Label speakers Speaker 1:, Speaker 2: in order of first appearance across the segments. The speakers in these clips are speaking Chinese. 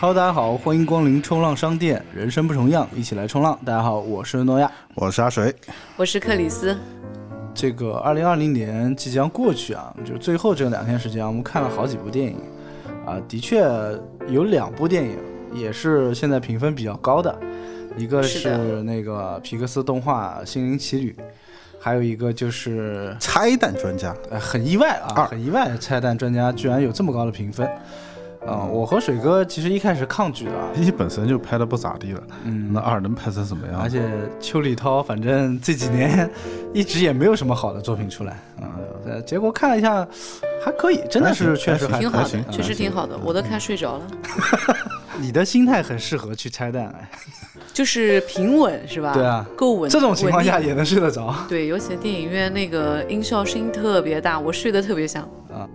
Speaker 1: Hello，大家好，欢迎光临冲浪商店，人生不重样，一起来冲浪。大家好，我是诺亚。
Speaker 2: 我是阿水，
Speaker 3: 我是克里斯，
Speaker 1: 这个二零二零年即将过去啊，就是最后这两天时间啊，我们看了好几部电影啊，的确有两部电影也是现在评分比较高的，一个
Speaker 3: 是
Speaker 1: 是那个皮克斯动画《心灵奇旅》，还有一个就是
Speaker 2: 拆弹专家，
Speaker 1: 呃，很意外啊，
Speaker 2: 二
Speaker 1: 很意外，拆弹专家居然有这么高的评分。啊、我和水哥其实一开始抗拒的啊，
Speaker 4: 一本身就拍的不咋地了，
Speaker 1: 嗯
Speaker 4: 那，二能拍成什么
Speaker 3: 嗯
Speaker 4: 样？
Speaker 1: 而且邱礼涛反正这几年 一直也没有什么好的作品出来啊、呃，结果看了一下，还可以，真的是确实还
Speaker 3: 挺好
Speaker 4: 还
Speaker 3: 的
Speaker 4: 行，嗯
Speaker 3: 确实挺好的，我都看睡着了，
Speaker 1: 你的心态很适合去拆弹，哎，
Speaker 3: 就是平稳是吧？
Speaker 1: 对啊
Speaker 3: 够 稳。
Speaker 1: 这种情况下
Speaker 3: 稳定
Speaker 1: 也能睡得着啊、
Speaker 3: 对，尤其电影院那个音效声音特别大，我睡得特别香。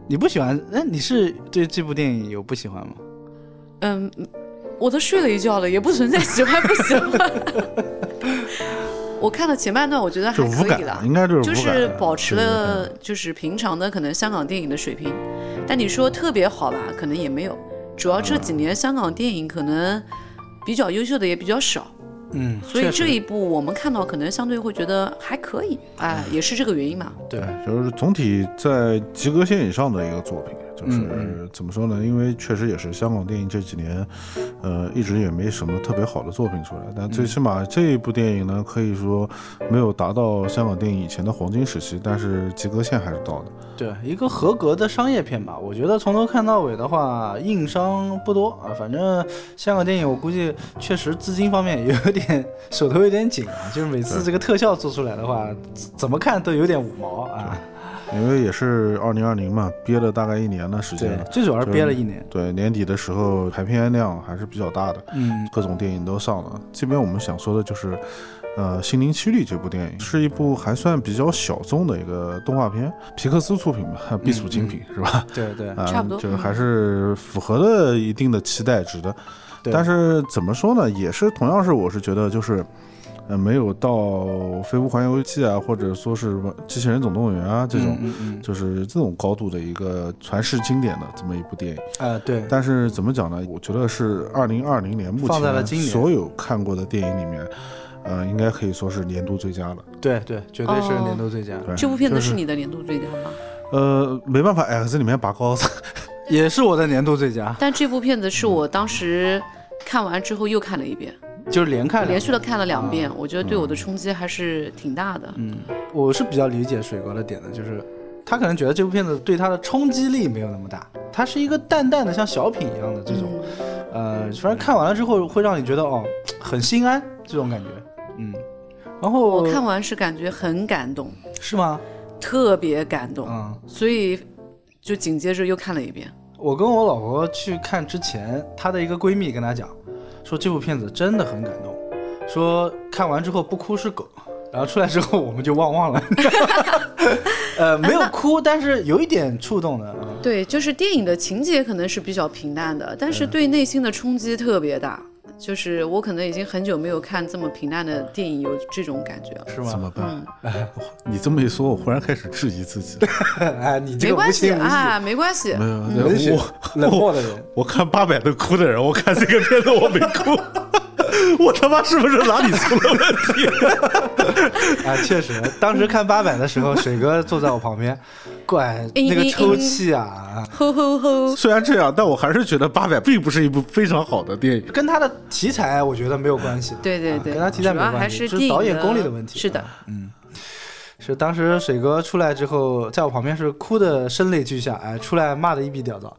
Speaker 1: 你不喜欢？哎，你是对这部电影有不喜欢吗？
Speaker 3: 嗯，我都睡了一觉了，也不存在喜欢不喜欢。 我看到前半段，我觉得还
Speaker 4: 啊就无
Speaker 3: 可
Speaker 4: 感
Speaker 3: 以了，，
Speaker 4: 应该就是
Speaker 3: 就
Speaker 4: 无感
Speaker 3: 是
Speaker 4: 了
Speaker 3: 保持
Speaker 4: 对
Speaker 3: 了就是平常的可能香港电影的水平，但你说特别好吧，可能也没有。主要这几
Speaker 4: 嗯
Speaker 3: 年香港电影可能比较优秀的也比较少，
Speaker 1: 嗯，
Speaker 3: 所以
Speaker 1: 确实
Speaker 3: 这一部我们看到可能相对会觉得还可以，哎，也是这个原因嘛。
Speaker 1: 对
Speaker 4: 对就是总体在及格线以上的一个作品。就是、
Speaker 1: 嗯
Speaker 4: 怎么说呢？因为确实也是香港电影这几年，呃，一直也没什么特别好的作品出来。但
Speaker 1: 嗯
Speaker 4: 最起码这一部电影呢，可以说没有达到香港电影以前的黄金时期，但是及格线还是到的。
Speaker 1: 对，一个合格的商业片吧。我觉得从头看到尾的话，硬伤不多啊。反正香港电影，我估计确实资金方面也有点手头有点紧啊。就是每次这个特效做出来的话，怎么看都有点五毛啊。
Speaker 4: 因为也是二零二零嘛，憋了大概一年的时间
Speaker 1: 对
Speaker 4: 了，。
Speaker 1: 最主要是
Speaker 4: 就是
Speaker 1: 憋了一年。
Speaker 4: 对，年底的时候排片量还是比较大的。
Speaker 1: 嗯
Speaker 4: 各种电影都上了。这边我们想说的就是，呃，《心灵奇旅》这部电影是一部还算比较小众的一个动画片，皮克斯出品吧，必属精品、是 吧？
Speaker 1: 对对
Speaker 4: 啊、
Speaker 3: 差不多
Speaker 4: 就是还是符合了一定的期待值的。
Speaker 1: 对
Speaker 4: 但是怎么说呢，也是同样是我是觉得就是。呃，没有到《飞屋环游记》啊，或者说是《机器人总动员》啊这种，
Speaker 1: 嗯嗯嗯
Speaker 4: 就是这种高度的一个传世经典的这么一部电影。
Speaker 1: 呃对，
Speaker 4: 但是怎么讲呢？我觉得是二零二零年目
Speaker 1: 放在了
Speaker 4: 前
Speaker 1: 今年
Speaker 4: 所有看过的电影里面，呃，应该可以说是年度最佳了。
Speaker 1: 对对，绝对是
Speaker 3: 哦
Speaker 1: 年度最佳，
Speaker 4: 对
Speaker 3: 这部片子
Speaker 4: 就是
Speaker 3: 你的年度最佳吗？
Speaker 4: 呃，没办法，X 里面拔高，
Speaker 1: 也是我的年度最佳，
Speaker 3: 但这部片子是我当时看完之后又看了一遍，
Speaker 1: 就是连看两
Speaker 3: 连续的看了两遍，我觉得对我的冲击还是挺大的。
Speaker 1: 嗯，我是比较理解水哥的点的，就是他可能觉得这部片子对他的冲击力没有那么大，它是一个淡淡的像小品一样的这种，呃，反正看完了之后会让你觉得哦很心安这种感觉，嗯，然后
Speaker 3: 我看完是感觉很感动，
Speaker 1: 是吗？
Speaker 3: 特别感动，
Speaker 1: 嗯，
Speaker 3: 所以就紧接着又看了一遍。
Speaker 1: 我跟我老婆去看之前，她的一个闺蜜跟她讲，说这部片子真的很感动，说看完之后不哭是狗，然后出来之后我们就旺旺了， 呃，没有哭，但是有一点触动的，嗯
Speaker 3: 对，就是电影的情节可能是比较平淡的，但
Speaker 1: 嗯
Speaker 3: 是对内心的冲击特别大。就是我可能已经很久没有看这么平淡的电影，有这种感觉了。
Speaker 1: 是
Speaker 4: 怎
Speaker 1: 吗？
Speaker 4: 么办？
Speaker 3: 嗯，
Speaker 4: 你这么一说，我忽然开始质疑自己。
Speaker 1: 哎，你这
Speaker 3: 没
Speaker 1: 个无
Speaker 3: 关系
Speaker 1: 情无义、
Speaker 3: 啊，没关系
Speaker 4: 没。有，
Speaker 1: 文学
Speaker 4: 我
Speaker 1: 冷漠的人，
Speaker 4: 我看八百都哭的人，我看这个片子我没哭。 我他妈是不是哪里出了问题？
Speaker 1: 啊，确实，当时看八百的时候，水哥坐在我旁边，怪
Speaker 3: 嗯
Speaker 1: 那个
Speaker 3: 嗯
Speaker 1: 抽
Speaker 3: 嗯
Speaker 1: 泣啊，
Speaker 3: 吼吼吼！
Speaker 4: 虽然这样，但我还是觉得八百并不是一部非常好的电影。
Speaker 1: 跟他的题材我觉得没有关系的，
Speaker 3: 对对
Speaker 1: 啊
Speaker 3: 对，
Speaker 1: 跟他题材
Speaker 3: 主
Speaker 1: 没
Speaker 3: 要
Speaker 1: 有
Speaker 3: 还
Speaker 1: 关系，
Speaker 3: 是
Speaker 1: 这
Speaker 3: 电
Speaker 1: 是
Speaker 3: 影
Speaker 1: 导演功力的问题。
Speaker 3: 是的，，
Speaker 1: 嗯。是当时水哥出来之后，在我旁边是哭的声泪俱下，哎，出来骂的一笔屌照。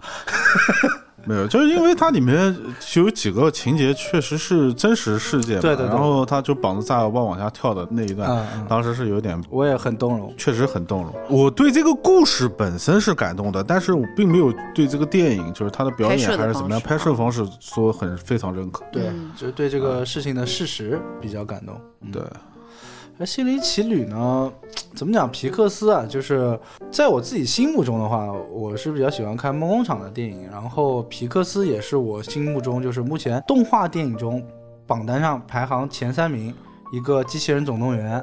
Speaker 4: 没有，就是因为它里面有几个情节确实是真实事件嘛，
Speaker 1: 对对对
Speaker 4: 然后他就绑着炸药棒往下跳的那一段，
Speaker 1: 嗯嗯
Speaker 4: 当时是有点。
Speaker 1: 我也很动容。
Speaker 4: 确实很动容，我对这个故事本身是感动的，但是我并没有对这个电影，就是它的表
Speaker 3: 拍摄
Speaker 4: 演
Speaker 3: 的
Speaker 4: 还是怎么样，
Speaker 3: 方
Speaker 4: 拍
Speaker 3: 式
Speaker 4: 摄方式说很非常认可。
Speaker 1: 对，
Speaker 3: 嗯
Speaker 1: 就是对这个事情的事实比较感动。
Speaker 4: 对，
Speaker 1: 那《心灵奇旅》呢，怎么讲？皮克斯啊，就是在我自己心目中的话，我是比较喜欢看梦工厂的电影，然后皮克斯也是我心目中就是目前动画电影中榜单上排行前三名，一个《机器人总动员》，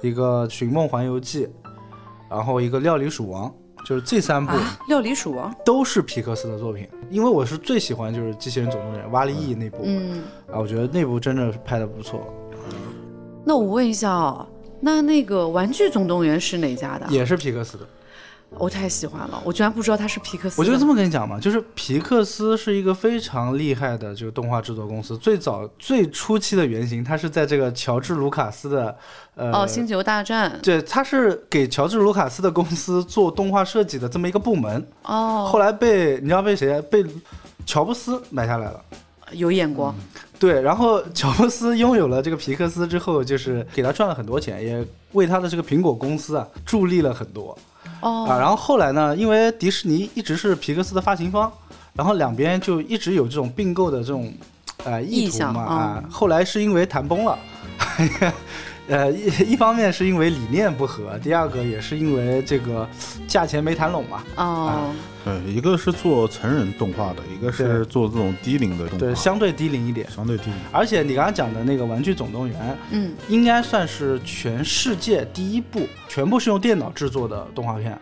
Speaker 1: 一个《寻梦环游记》，然后一个《料理鼠王》。就是这三部
Speaker 3: 啊，料理鼠王，
Speaker 1: 都是皮克斯的作品，因为我是最喜欢就是《机器人总动员》瓦力易那部，
Speaker 3: 嗯，
Speaker 1: 啊，我觉得那部真的是拍的不错，
Speaker 3: 那我问一下哦，那那个《玩具总动员》是哪家的？
Speaker 1: 也是皮克斯的。
Speaker 3: 我太喜欢了，我居然不知道它是皮克斯的。
Speaker 1: 我就这么跟你讲嘛，就是皮克斯是一个非常厉害的，就是动画制作公司。最早最初期的原型，它是在这个乔治·卢卡斯的，呃，
Speaker 3: 哦，《星球大战》
Speaker 1: 对，它是给乔治·卢卡斯的公司做动画设计的这么一个部门。
Speaker 3: 哦，
Speaker 1: 后来被你知道被谁被乔布斯买下来了。
Speaker 3: 有眼光，
Speaker 1: 对，然后乔布斯拥有了这个皮克斯之后，就是给他赚了很多钱，也为他的这个苹果公司啊助力了很多。
Speaker 3: 哦，
Speaker 1: 啊，然后后来呢，因为迪士尼一直是皮克斯的发行方，然后两边就一直有这种并购的这种呃意
Speaker 3: 意
Speaker 1: 图
Speaker 3: 向
Speaker 1: 嘛
Speaker 3: 嗯
Speaker 1: 啊、后来是因为谈崩了， 呃，一一方面是因为理念不合，第二个也是因为这个价钱没谈拢嘛。啊
Speaker 3: 哦，
Speaker 4: 对，一个是做成人动画的，一个是
Speaker 1: 对
Speaker 4: 做这种低龄的动画，
Speaker 1: 对，相对低龄一点。
Speaker 4: 相对低龄。
Speaker 1: 而且你刚刚讲的那个《玩具总动员》，
Speaker 3: 嗯，
Speaker 1: 应该算是全世界第一部全部是用电脑制作的动画片。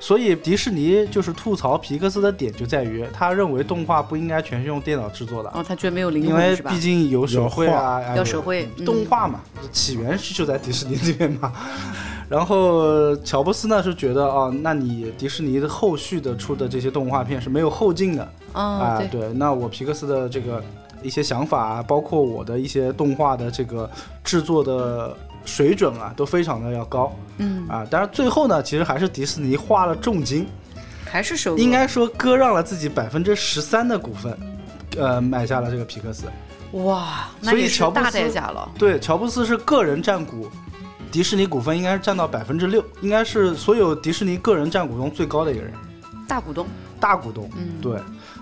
Speaker 1: 所以迪士尼就是吐槽皮克斯的点就在于，他认为动画不应该全是用电脑制作的，
Speaker 3: 哦，他居然没有灵
Speaker 1: 因为
Speaker 3: 魂是吧
Speaker 1: 毕？竟有手绘啊，哎
Speaker 3: 要手绘嗯
Speaker 1: 动画嘛，起源是就在迪士尼这边嘛。 然后乔布斯呢是觉得啊，那你迪士尼的后续的出的这些动画片是没有后劲的，
Speaker 3: 啊
Speaker 1: 啊，，
Speaker 3: 对，
Speaker 1: 对，那我皮克斯的这个一些想法啊，包括我的一些动画的这个制作的水准啊，都非常的要高
Speaker 3: 嗯，
Speaker 1: 啊。当然最后呢，其实还是迪士尼花了重金，
Speaker 3: 还是手绘
Speaker 1: 应该说割让了自己百分之十三的股份，呃，买下了这个皮克斯。
Speaker 3: 哇，那
Speaker 1: 所以
Speaker 3: 也是
Speaker 1: 乔布
Speaker 3: 大
Speaker 1: 斯
Speaker 3: 代价了。
Speaker 1: 对，乔布斯是个人占股。迪士尼股份应该是占到百分之六，应该是所有迪士尼个人占股中最高的一个人，
Speaker 3: 大股东，
Speaker 1: 大股东。
Speaker 3: 嗯，
Speaker 1: 对，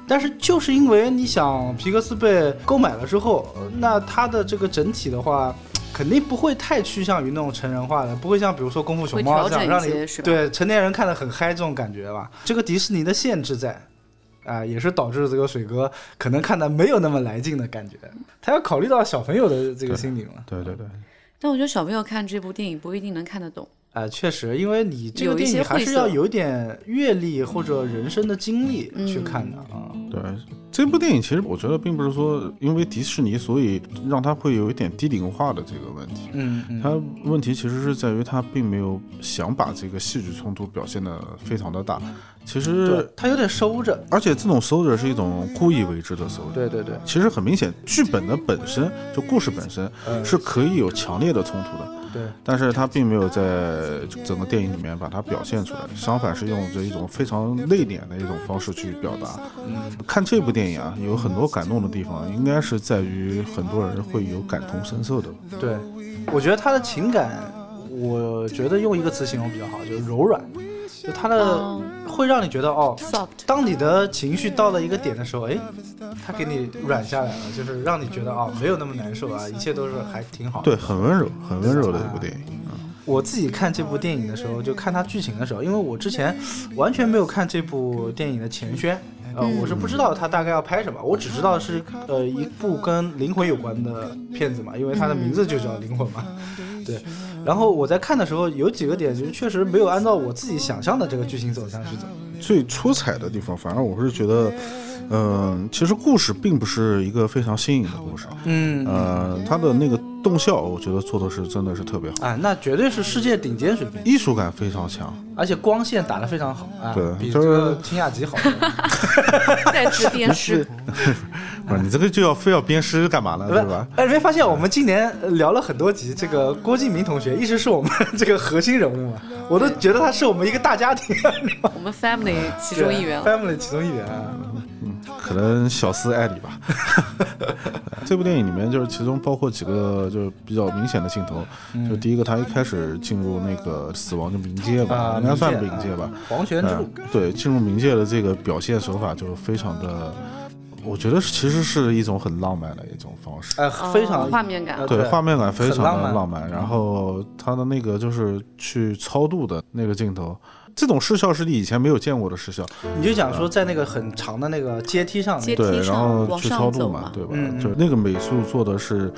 Speaker 1: 但是就是因为你想皮克斯被购买了之后，呃那它的这个整体的话，肯定不会太趋向于那种成人化的，不会像比如说《功夫熊猫》这
Speaker 3: 会调整
Speaker 1: 样让
Speaker 3: 一些
Speaker 1: 你
Speaker 3: 是吧
Speaker 1: 对成年人看得很嗨这种感觉吧。这个迪士尼的限制在。啊、也是导致这个水哥可能看的没有那么来劲的感觉，他要考虑到小朋友的这个心理嘛。
Speaker 4: 对对对，
Speaker 3: 但我觉得小朋友看这部电影不一定能看得懂。
Speaker 1: 啊、确实，因为你这
Speaker 3: 有
Speaker 1: 个
Speaker 3: 一
Speaker 1: 电
Speaker 3: 些
Speaker 1: 影还
Speaker 3: 晦
Speaker 1: 是
Speaker 3: 涩
Speaker 1: 要有点阅历或者人生的经历
Speaker 3: 嗯
Speaker 1: 去看的啊。
Speaker 4: 对，这部电影其实我觉得并不是说因为迪士尼，所以让它会有一点低龄化的这个问题。
Speaker 1: 嗯嗯，
Speaker 4: 它问题其实是在于它并没有想把这个戏剧冲突表现的非常的大，其
Speaker 1: 对
Speaker 4: 实，
Speaker 1: 他有点收着。
Speaker 4: 而且这种收着是一种故意为之的收着。
Speaker 1: 对对对，
Speaker 4: 其实很明显，剧本的本身就故事本身
Speaker 1: 嗯
Speaker 4: 是可以有强烈的冲突的，
Speaker 1: 对，
Speaker 4: 但是它并没有在整个电影里面把它表现出来，相反是用着一种非常内敛的一种方式去表达。
Speaker 1: 嗯，
Speaker 4: 看这部电影啊，有很多感动的地方，应该是在于很多人会有感同身受的。
Speaker 1: 对，我觉得他的情感，我觉得用一个词形容比较好，就是柔软，就他的
Speaker 3: 哦
Speaker 1: 会让你觉得哦，
Speaker 3: ，soft，
Speaker 1: 当你的情绪到了一个点的时候，哎，他给你软下来了，就是让你觉得哦，没有那么难受啊，一切都是还挺好的。
Speaker 4: 对，很温柔，很温柔的一部电影。
Speaker 1: 我自己看这部电影的时候，就看它剧情的时候，因为我之前完全没有看这部电影的前宣，呃，我是不知道它大概要拍什么，我只知道是呃一部跟灵魂有关的片子嘛，因为它的名字就叫灵魂嘛，对。然后我在看的时候，有几个点就是确实没有按照我自己想象的这个剧情走向去走。
Speaker 4: 最出彩的地方，反而我是觉得，嗯、其实故事并不是一个非常新颖的故事，
Speaker 1: 嗯
Speaker 4: 呃，它的那个动效，我觉得做的是真的是特别好，
Speaker 1: 啊，那绝对是世界顶尖水平，
Speaker 4: 艺术感非常强。
Speaker 1: 而且光线打得非常好啊，
Speaker 4: 对
Speaker 1: 比这
Speaker 4: 就是
Speaker 1: 个《青雅集》好。
Speaker 3: 再次 鞭尸，
Speaker 4: 不是你这个就要非要鞭尸干嘛呢？
Speaker 1: 不是
Speaker 4: 对吧？？
Speaker 1: 哎，没发现我们今年呃聊了很多集，这个
Speaker 3: 嗯
Speaker 1: 郭敬明同学一直是我们 这个核心人物嘛，我都觉得他是我们一个大家庭
Speaker 3: 我 们 family 其
Speaker 1: 啊
Speaker 3: 中一员嗯了。
Speaker 1: ，family 其中一员啊。
Speaker 4: 可能小司爱你吧。 这部电影里面就是其中包括几个就是比较明显的镜头，就第一个他一开始进入那个死亡的冥界吧，
Speaker 1: 啊
Speaker 4: 应该嗯算
Speaker 1: 冥界
Speaker 4: 冥界吧。
Speaker 1: 黄泉之路
Speaker 4: 嗯，对，进入冥界的这个表现手法就非常的，我觉得是其实是一种很浪漫的一种方式。
Speaker 1: 哎，
Speaker 3: 哦
Speaker 1: 非常
Speaker 3: 画面感
Speaker 1: 呃
Speaker 4: 啊嗯对，
Speaker 1: 对
Speaker 4: 画面感非常
Speaker 1: 很浪
Speaker 4: 的
Speaker 1: 漫
Speaker 4: 浪漫，然后他的那个就是去超度的那个镜头，这种视效是你以前没有见过的视效，
Speaker 1: 你就讲说在那个很长的那个
Speaker 4: 嗯
Speaker 1: 阶梯上面，
Speaker 3: 阶
Speaker 4: 对，
Speaker 3: 梯
Speaker 4: 然
Speaker 3: 上
Speaker 4: 后
Speaker 3: 往
Speaker 4: 去
Speaker 3: 上
Speaker 4: 操
Speaker 3: 走
Speaker 4: 纵
Speaker 3: 嘛
Speaker 4: 对吧？
Speaker 1: 嗯
Speaker 4: 就那个美术做的是，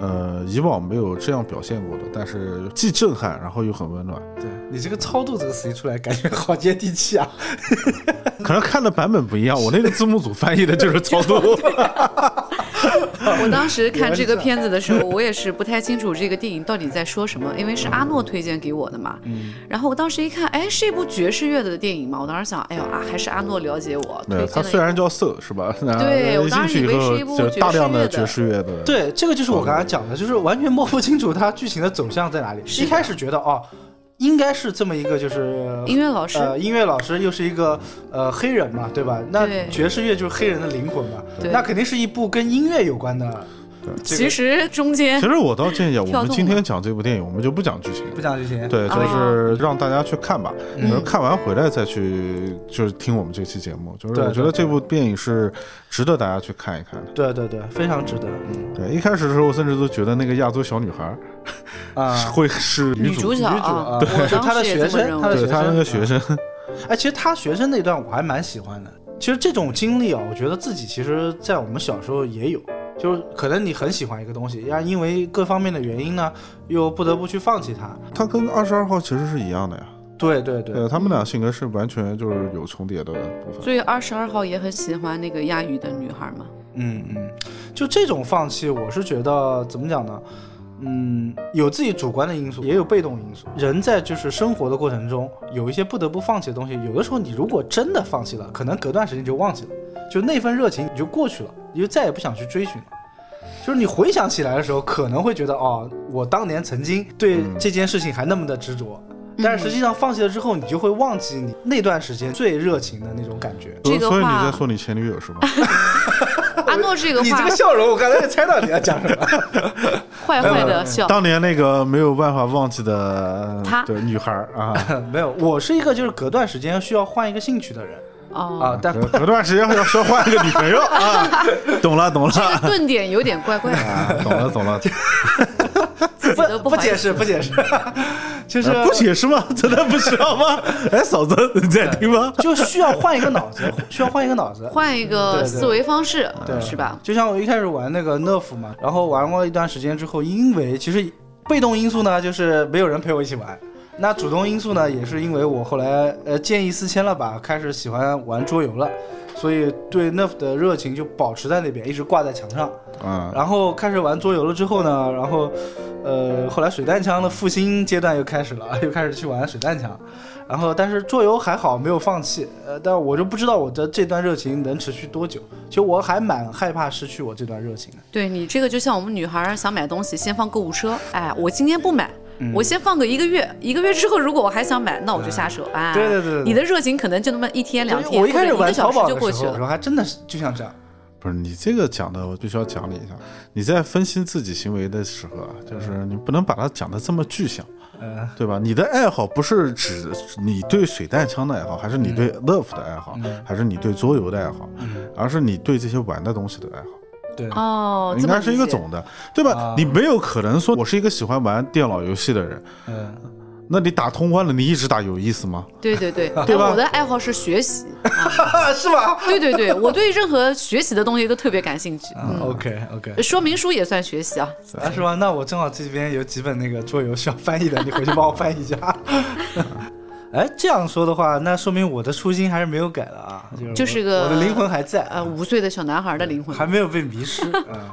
Speaker 4: 呃，以往没有这样表现过的，但是既震撼，然后又很温暖。
Speaker 1: 对你这个超度这个词一出来，感觉好接地气啊！
Speaker 4: 嗯可能看的版本不一样，我那个字幕组翻译的就是操 纵。
Speaker 3: 我当时看这个片子的时候，我也是不太清楚这个电影到底在说什么，因为是阿诺推荐给我的嘛。
Speaker 1: 嗯
Speaker 3: 然后我当时一看，哎，是一部爵士乐的电影嘛，我当时想，哎呦啊，还是阿诺了解我，
Speaker 4: 没有，
Speaker 3: 推荐
Speaker 4: 它
Speaker 3: 了一
Speaker 4: 虽然叫色是吧？然后
Speaker 3: 对我当
Speaker 4: 进
Speaker 3: 时以
Speaker 4: 去
Speaker 3: 为是一
Speaker 4: 以
Speaker 3: 部
Speaker 4: 后就
Speaker 3: 爵
Speaker 4: 大
Speaker 3: 士
Speaker 4: 量
Speaker 3: 乐
Speaker 4: 的
Speaker 3: 的
Speaker 4: 爵士乐的，
Speaker 1: 对，这个就是我刚才讲的，就是完全摸不清楚它剧情的走向在哪里。
Speaker 3: 是
Speaker 1: 一
Speaker 3: 的
Speaker 1: 开始觉得哦，应该是这么一个就是
Speaker 3: 音乐老师，
Speaker 1: 呃，音乐老师又是一个呃黑人嘛，对吧？那
Speaker 3: 对
Speaker 1: 爵士乐就是黑人的灵魂嘛，
Speaker 3: 对
Speaker 1: 那肯定是一部跟音乐有关的。这个
Speaker 3: 其实中间
Speaker 4: 其实我倒 建议啊，我
Speaker 3: 跳
Speaker 4: 们
Speaker 3: 动
Speaker 4: 今
Speaker 3: 了
Speaker 4: 天讲这部电影，我们就不讲剧情了。
Speaker 1: 不讲这些，
Speaker 4: 对，就
Speaker 3: 啊
Speaker 4: 是让大家去看吧，然后
Speaker 1: 嗯
Speaker 4: 看完回来再去就是听我们这期节目，就是
Speaker 1: 对
Speaker 4: 我觉得
Speaker 1: 对
Speaker 4: 这部电影是值得大家去看一看的。
Speaker 1: 对对对，非常值得。嗯
Speaker 4: 对，一开始的时候我甚至都觉得那个亚洲小女孩儿
Speaker 1: 啊，
Speaker 4: 会是
Speaker 3: 女
Speaker 4: 主
Speaker 3: 主，角
Speaker 1: 女主
Speaker 3: 啊，
Speaker 1: 啊
Speaker 3: 我
Speaker 1: 就她
Speaker 3: 当
Speaker 1: 的
Speaker 3: 时也
Speaker 1: 学
Speaker 3: 这么
Speaker 1: 生
Speaker 3: 认
Speaker 1: 她
Speaker 3: 为
Speaker 1: 的。
Speaker 4: 对她那个学
Speaker 1: 学
Speaker 4: 生，
Speaker 1: 哎，其实他学生那段我还蛮喜欢的。其实这种经历啊，我觉得自己其实，在我们小时候也有，就是可能你很喜欢一个东西，然后因为各方面的原因呢，又不得不去放弃它。
Speaker 4: 她跟二十二号其实是一样的呀。
Speaker 1: 对对对，
Speaker 4: 对，他们俩性格是完全就是有重叠的部分。
Speaker 3: 所以二十二号也很喜欢那个亚语的女孩嘛，
Speaker 1: 嗯嗯，就这种放弃，我是觉得怎么讲呢？嗯，有自己主观的因素，也有被动因素。人在就是生活的过程中，有一些不得不放弃的东西。有的时候，你如果真的放弃了，可能隔段时间就忘记了，就那份热情你就过去了，你就再也不想去追寻了。就是你回想起来的时候，可能会觉得哦，我当年曾经对这件事情还那么的执着，但是实际上放弃了之后，你就会忘记你那段时间最热情的那种感觉。
Speaker 4: 所以
Speaker 3: 这个
Speaker 4: 所以你
Speaker 3: 话
Speaker 4: 在说你前女友 是吧？
Speaker 3: 阿诺这个
Speaker 1: 你这
Speaker 3: 话
Speaker 1: 个笑容，我刚才也猜到你要讲什么。
Speaker 3: 坏坏的笑，
Speaker 4: 当年那个没有办法忘记的
Speaker 3: 她
Speaker 4: 对女孩儿啊
Speaker 1: 没有，我是一个就是隔段时间需要换一个兴趣的人
Speaker 3: 哦，
Speaker 1: 啊，但
Speaker 4: 隔隔段时间要说换一个女朋友啊，懂了 懂了
Speaker 3: 顿点有点怪怪的，
Speaker 4: 啊，懂了懂了，
Speaker 3: 自己都
Speaker 1: 不
Speaker 3: 好意
Speaker 1: 解
Speaker 3: 思
Speaker 1: 释不解释， 就是
Speaker 4: 呃不解释吗？真的不知道吗？哎，嫂子你在听吗？
Speaker 1: 就需要换一个脑子，需要换一个脑子。
Speaker 3: 换一个
Speaker 1: 嗯对对
Speaker 3: 思维方式，
Speaker 1: 对
Speaker 3: 是吧？
Speaker 1: 就像我一开始玩那个 Nerf 嘛，然后玩过一段时间之后，因为其实被动因素呢，就是没有人陪我一起玩。那主动因素呢，也是因为我后来呃见异思迁了吧，开始喜欢玩桌游了，所以对 Nerf 的热情就保持在那边，一直挂在墙上。
Speaker 4: 啊，
Speaker 1: 然后开始玩桌游了之后呢，然后，呃，后来水弹枪的复兴阶段又开始了， 又开始去玩水弹枪。然后，但是桌游还好没有放弃，呃，但我就不知道我的这段热情能持续多久。其实我还蛮害怕失去我这段热情的。
Speaker 3: 对你这个就像我们女孩儿想买东西，先放购物车，哎，我今天不买。我先放个一个月，一个月之后如果我还想买，那我就下手啊！哎
Speaker 1: 嗯对对对对对
Speaker 3: 你的热情可能就那么一天两
Speaker 1: 所以
Speaker 3: 天，
Speaker 1: 我一开始
Speaker 3: 或者
Speaker 1: 玩
Speaker 3: 个
Speaker 1: 淘
Speaker 3: 小时
Speaker 1: 宝
Speaker 3: 就
Speaker 1: 的
Speaker 3: 过
Speaker 1: 时
Speaker 3: 去
Speaker 1: 候，然
Speaker 3: 了。
Speaker 1: 后还真的是就像这样，
Speaker 4: 不是你这个讲的，我必须要讲你一下。你在分析自己行为的时候啊，就是你不能把它讲的这么具象，
Speaker 1: 嗯
Speaker 4: 对吧？你的爱好不是指你对水弹枪的爱好，还是你对 love 的爱好，
Speaker 1: 嗯
Speaker 4: 还是你对桌游的爱好，
Speaker 1: 嗯，
Speaker 4: 而是你对这些玩的东西的爱好。
Speaker 1: 对，
Speaker 3: 哦，
Speaker 4: 应
Speaker 3: 这么
Speaker 4: 该是一个
Speaker 3: 理解。
Speaker 4: 总的，对吧？
Speaker 1: 啊
Speaker 4: 你没有可能说我是一个喜欢玩电脑游戏的人，
Speaker 1: 嗯，
Speaker 4: 那你打通关了，你一直打有意思吗？
Speaker 3: 对 对对，
Speaker 4: 对吧
Speaker 3: 哎我的爱好是学习。
Speaker 1: 是吧？
Speaker 3: 对对对，我对任何学习的东西都特别感兴趣。
Speaker 1: 嗯，OK OK，
Speaker 3: 说明书也算学习啊，
Speaker 1: 啊是吧？那我正好这边有几本那个桌游需要翻译的，你回去帮我翻译一下。 哎，这样说的话，那说明我的初心还是没有改的啊，就是我
Speaker 3: 就是个
Speaker 1: 我的灵魂还在
Speaker 3: 呃，五岁的小男孩的灵魂。
Speaker 1: 还没有被迷 失。嗯，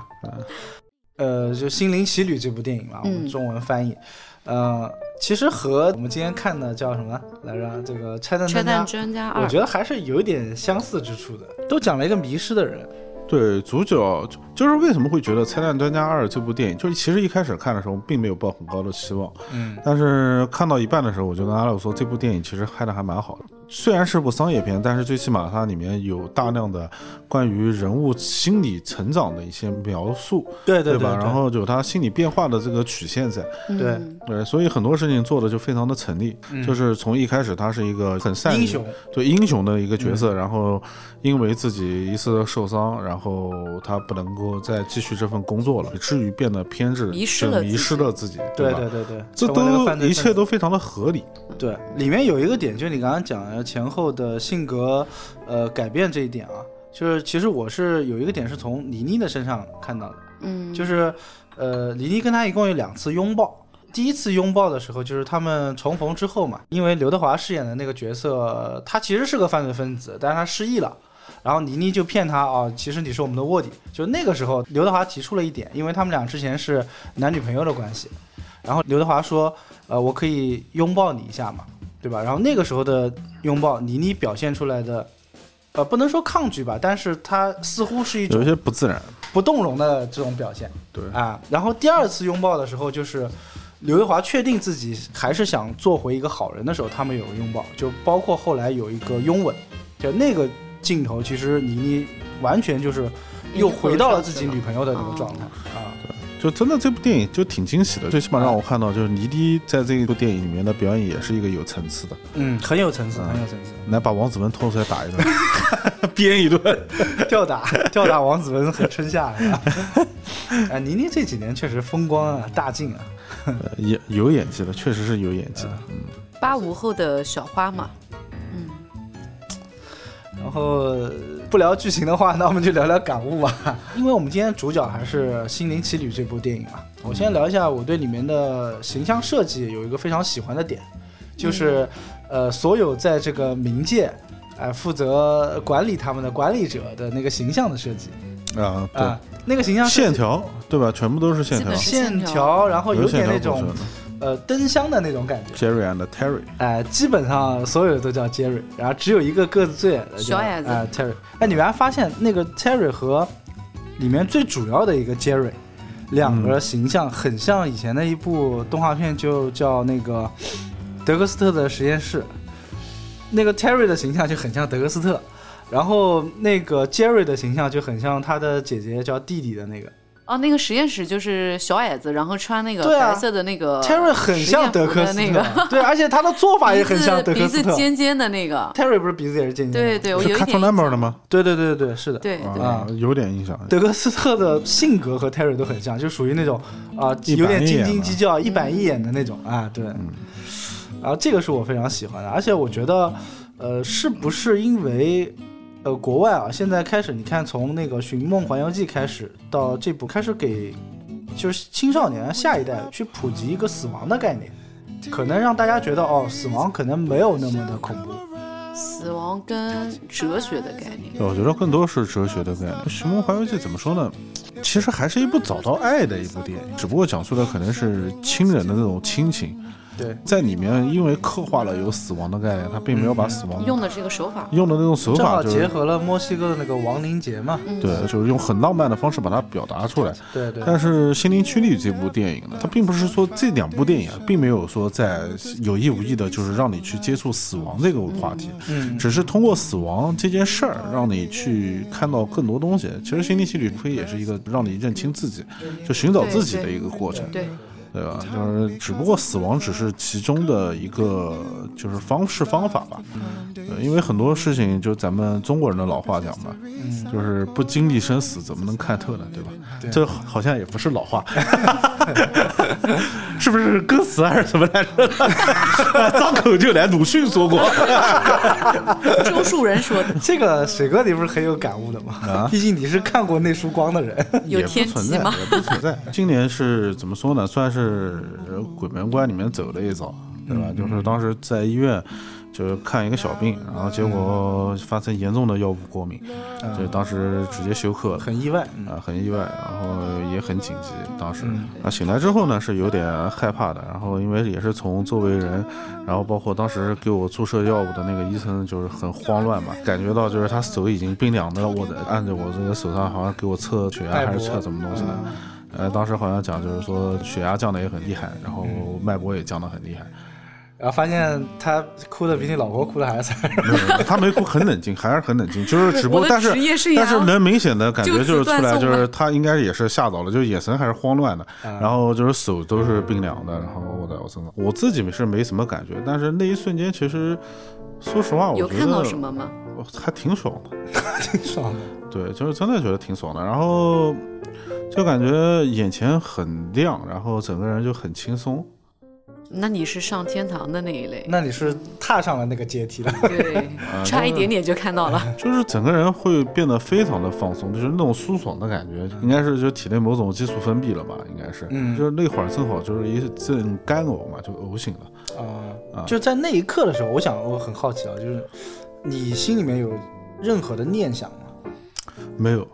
Speaker 1: 呃，就《心灵奇旅》这部电影啊嘛，我们
Speaker 3: 嗯
Speaker 1: 中文翻译，呃，其实和我们今天看的叫什么来着？这个《拆弹
Speaker 3: 拆
Speaker 1: 专家
Speaker 3: 弹》，专家
Speaker 1: 我
Speaker 3: 二
Speaker 1: 觉，得还是有点相似之处的，都讲了一个迷失的人。
Speaker 4: 对，主角就就是为什么会觉得《拆弹专家二》这部电影，就是其实一开始看的时候并没有抱很高的期望，
Speaker 1: 嗯
Speaker 4: 但是看到一半的时候，我就跟阿乐说，这部电影其实拍的还蛮好的。虽然是部商业片，但是最起码它里面有大量的关于人物心理成长的一些描述，
Speaker 1: 对对
Speaker 4: 吧？然后有他心理变化的这个曲线在，
Speaker 1: 对
Speaker 3: 嗯
Speaker 4: 对，所以很多事情做的就非常的成立，就是从一开始他是一个很
Speaker 1: 嗯
Speaker 4: 善
Speaker 1: 英
Speaker 4: 良
Speaker 1: 雄，嗯
Speaker 4: 对英雄的一个角色，然后因为自己一次受伤，然后他不能够再继续这份工作了，以至于变得偏执，
Speaker 3: 迷失
Speaker 4: 就
Speaker 3: 了
Speaker 4: 迷
Speaker 3: 自
Speaker 4: 失
Speaker 3: 己
Speaker 4: 了自己，
Speaker 1: 对
Speaker 4: 吧？
Speaker 1: 对对对，
Speaker 4: 这
Speaker 1: 成为了个犯
Speaker 4: 都
Speaker 1: 罪
Speaker 4: 一
Speaker 1: 分
Speaker 4: 切
Speaker 1: 子
Speaker 4: 都非常的合理，
Speaker 1: 对。里面有一个点，就你刚刚讲的前后的性格呃改变这一点啊，就是其实我是有一个点是从倪妮的身上看到的，
Speaker 3: 嗯，
Speaker 1: 就是呃，李妮跟他一共有两次拥抱。第一次拥抱的时候，就是他们重逢之后嘛，因为刘德华饰演的那个角色，他其实是个犯罪分子，但是他失忆了。然后倪妮就骗他啊、其实你是我们的卧底。就那个时候，刘德华提出了一点，因为他们俩之前是男女朋友的关系，然后刘德华说，呃，我可以拥抱你一下嘛，对吧？然后那个时候的拥抱，倪妮表现出来的，呃，不能说抗拒吧，但是他似乎是一种
Speaker 4: 有一些不自然，
Speaker 1: 不动容的这种表现。
Speaker 4: 对
Speaker 1: 啊，然后第二次拥抱的时候，就是刘德华确定自己还是想做回一个好人的时候，他们有个拥抱，就包括后来有一个拥吻，就那个镜头，其实倪妮完全就是又回到了自己女朋友的那个状态啊。
Speaker 4: 就真的这部电影就挺惊喜的，最起码让我看到，就是倪妮在这一部电影里面的表演也是一个有层次的，
Speaker 1: 嗯，很有层次，很有层
Speaker 4: 来把王子文拖出来打 一顿， 编一顿，
Speaker 1: 次。吊打吊打王子文和春夏呀！ 啊，倪妮这几年确实风光啊，大进啊。
Speaker 4: 呃也有演技的，确实是有演技的，
Speaker 3: 八五后的小花嘛，嗯，
Speaker 1: 然后不聊剧情的话， 那我们就聊聊感悟吧。 因为我们今天主角还是《心灵奇旅》这部电影嘛，我先聊一下我对里面的形象设计有一个非常喜欢的点，就是呃，所有在这个冥界。哎，负责管理他们的管理者的那个形象的设计
Speaker 4: 啊，对。
Speaker 1: 啊，那个形象设计
Speaker 4: 线条对吧？全部都是线条
Speaker 3: 基本，是
Speaker 1: 线
Speaker 3: 线
Speaker 1: 条，
Speaker 3: 条
Speaker 1: 然后有
Speaker 4: 有线
Speaker 1: 点
Speaker 4: 条
Speaker 1: 那
Speaker 4: 构
Speaker 1: 种
Speaker 4: 成的
Speaker 1: 呃灯箱的那种感觉。
Speaker 4: Jerry and Terry，
Speaker 1: 哎，基本上所有的都叫 Jerry，然后只有一个个子最矮的叫
Speaker 3: 小矮子
Speaker 1: 哎 Terry。哎，你们还发现那个 Terry 和里面最主要的一个 Jerry，两个形象很像以前的一部动画片，就叫那个德克斯特的实验室。那个 Terry 的形象就很像德克斯特，然后那个 Jerry 的形象就很像他的姐姐叫弟弟的那个。
Speaker 3: 哦，那个实验室就是小矮子，然后穿那个
Speaker 1: 对啊
Speaker 3: 白色的那个
Speaker 1: Terry 很像德克斯
Speaker 3: 呃实
Speaker 1: 特，
Speaker 3: 验服的 那个。
Speaker 1: 对，而且他的做法也很像德克
Speaker 3: 鼻
Speaker 1: 斯
Speaker 3: 子
Speaker 1: 特嗯
Speaker 3: 鼻子。尖尖的那个，
Speaker 1: Terry 不是鼻子也是尖尖的吗
Speaker 3: 对对，我
Speaker 4: 嗯
Speaker 3: 有
Speaker 4: 是
Speaker 3: 一
Speaker 4: Cartoon
Speaker 3: 点
Speaker 4: Number 的吗？
Speaker 1: 对对对对对，是的。
Speaker 3: 对对，
Speaker 4: 啊，有点印象。
Speaker 1: 德克斯特的性格和 Terry 都很像，就属于那种啊、有点斤斤计较、一板一眼的那种啊，对。然后这个是我非常喜欢的，而且我觉得，呃，是不是因为呃国外啊，现在开始你看从那个《寻梦环游记》开始到这部，开始给就是青少年下一代去普及一个死亡的概念，可能让大家觉得哦，死亡可能没有那么的恐怖。
Speaker 3: 死亡跟哲学的概念，
Speaker 4: 我觉得更多是哲学的概念。《寻梦环游记》怎么说呢？其实还是一部找到爱的一部电影，只不过讲述的可能是亲人的那种亲情，
Speaker 1: 对，
Speaker 4: 在里面因为刻画了有死亡的概念，他并没有把死亡
Speaker 3: 用的这个手法，
Speaker 4: 用的那种手
Speaker 1: 正
Speaker 4: 法
Speaker 1: 好
Speaker 4: 就
Speaker 1: 结
Speaker 4: 是。
Speaker 1: 合了墨西哥的那个亡灵节嘛。
Speaker 3: 嗯，
Speaker 4: 对，就是用很浪漫的方式把它表达出来。
Speaker 1: 对对。
Speaker 4: 但是《心灵奇旅》这部电影呢，它并不是说这两部电影啊，并没有说在有意无意的，就是让你去接触死亡这个话题，
Speaker 1: 嗯
Speaker 4: 只是通过死亡这件事儿，让你去看到更多东西。其实《心灵奇旅》无非也是一个让你认清自己，就寻找自己的一个过程，
Speaker 3: 对，
Speaker 4: 对吧？就是只不过死亡只是其中的一个就是方式方法吧。呃因为很多事情，就咱们中国人的老话讲嘛，
Speaker 1: 嗯
Speaker 4: 就是不经历生死怎么能看透呢，对吧？
Speaker 1: 对
Speaker 4: 这好像也不是老话， 是不是歌词还是什么来着？ 张口就来，鲁迅说过。
Speaker 3: 周树人 说的
Speaker 1: 这个水哥，你不是很有感悟的吗？ 毕竟你是看过内书光的人。
Speaker 3: 有
Speaker 4: 也不
Speaker 3: 天
Speaker 4: 存
Speaker 3: 机
Speaker 4: 在，
Speaker 3: 吗？
Speaker 4: 也不存 在。今年是怎么说呢？算是呃鬼门关里面走了一遭，对吧？就是当时在医院。就是看一个小病，然后结果发生严重的药物过敏，就当时直接休克了，
Speaker 1: 很意外，嗯
Speaker 4: 啊，很意外，然后也很紧急。当时啊，醒来之后呢是有点害怕的，然后因为也是从周围人，然后包括当时给我注射药物的那个医生就是很慌乱嘛，感觉到就是他手已经冰凉的握着，按着我这个手上好像给我测血压
Speaker 1: 脉搏嗯
Speaker 4: 还是测什么东西的。
Speaker 1: 嗯
Speaker 4: 呃，当时好像讲就是说血压降的也很厉害，然后脉搏也降的很厉害，
Speaker 1: 然后发现他哭的比你老婆哭的还惨。
Speaker 4: 没有，他没哭，很冷静，还是很冷静，就是只不
Speaker 3: 我
Speaker 4: 过
Speaker 3: 的
Speaker 4: 但是
Speaker 3: 职业生涯
Speaker 4: 但是能明显的感觉
Speaker 3: 就
Speaker 4: 就
Speaker 3: 此
Speaker 4: 是出来
Speaker 3: 断送
Speaker 4: 就
Speaker 3: 了
Speaker 4: 是他应该也是吓到了，就是眼神还是慌乱的，然后就是手都是冰凉的，然后我在我身上，我自己是没什么感觉，但是那一瞬间其实说实话，我
Speaker 3: 有
Speaker 4: 觉得
Speaker 3: 看到什么吗？
Speaker 4: 还挺爽的。
Speaker 1: 挺爽 的。
Speaker 4: 对，就是真的觉得挺爽的，然后就感觉眼前很亮，然后整个人就很轻松。
Speaker 3: 那你是上天堂的那一类，
Speaker 1: 那你是踏上了那个阶梯
Speaker 4: 嗯
Speaker 1: 了，
Speaker 3: 对，
Speaker 4: 呃
Speaker 3: 差一点点就看到了。
Speaker 4: 就是整个人会变得非常的放松，就是那种舒爽的感觉，应该是就体内某种激素分泌了吧，应该是，
Speaker 1: 嗯
Speaker 4: 就是那会儿正好就是一阵干呕嘛，就呕醒了。
Speaker 1: 啊、
Speaker 4: 啊
Speaker 1: 就在那一刻的时候，我想我很好奇啊，就是你心里面有任何的念想吗？
Speaker 4: 没有，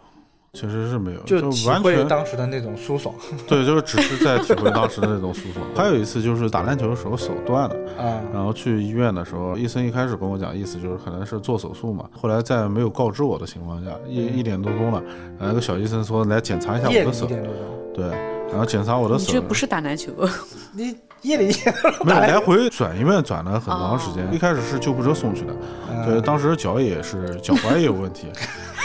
Speaker 4: 其实是没有，
Speaker 1: 呃就
Speaker 4: 就
Speaker 1: 体
Speaker 4: 完
Speaker 1: 会
Speaker 4: 全
Speaker 1: 当时的那种舒爽
Speaker 4: 对，就是只是在体会当时的那种舒 爽。还有一次就是打篮球的时候手断了，
Speaker 1: 啊、
Speaker 4: 然后去医院的时候，医生一开始跟我讲，意思就是可能是做手术嘛。后来在没有告知我的情况下，一一点多钟了，然后那个小医生说来检查一下
Speaker 1: 夜里
Speaker 4: 我的
Speaker 1: 嗯一
Speaker 4: 手，
Speaker 1: 点多钟，
Speaker 4: 对，然后检查我的
Speaker 3: 你
Speaker 4: 手，
Speaker 3: 这不是打篮球，
Speaker 4: 啊
Speaker 1: 你夜里一点多钟
Speaker 4: 没有
Speaker 1: 打
Speaker 4: 来
Speaker 1: 来
Speaker 4: 回转医院转了很长时间。
Speaker 3: 哦
Speaker 4: 一开始是救护车送去的，
Speaker 1: 嗯
Speaker 4: 对，当时脚也是脚踝也有 问题，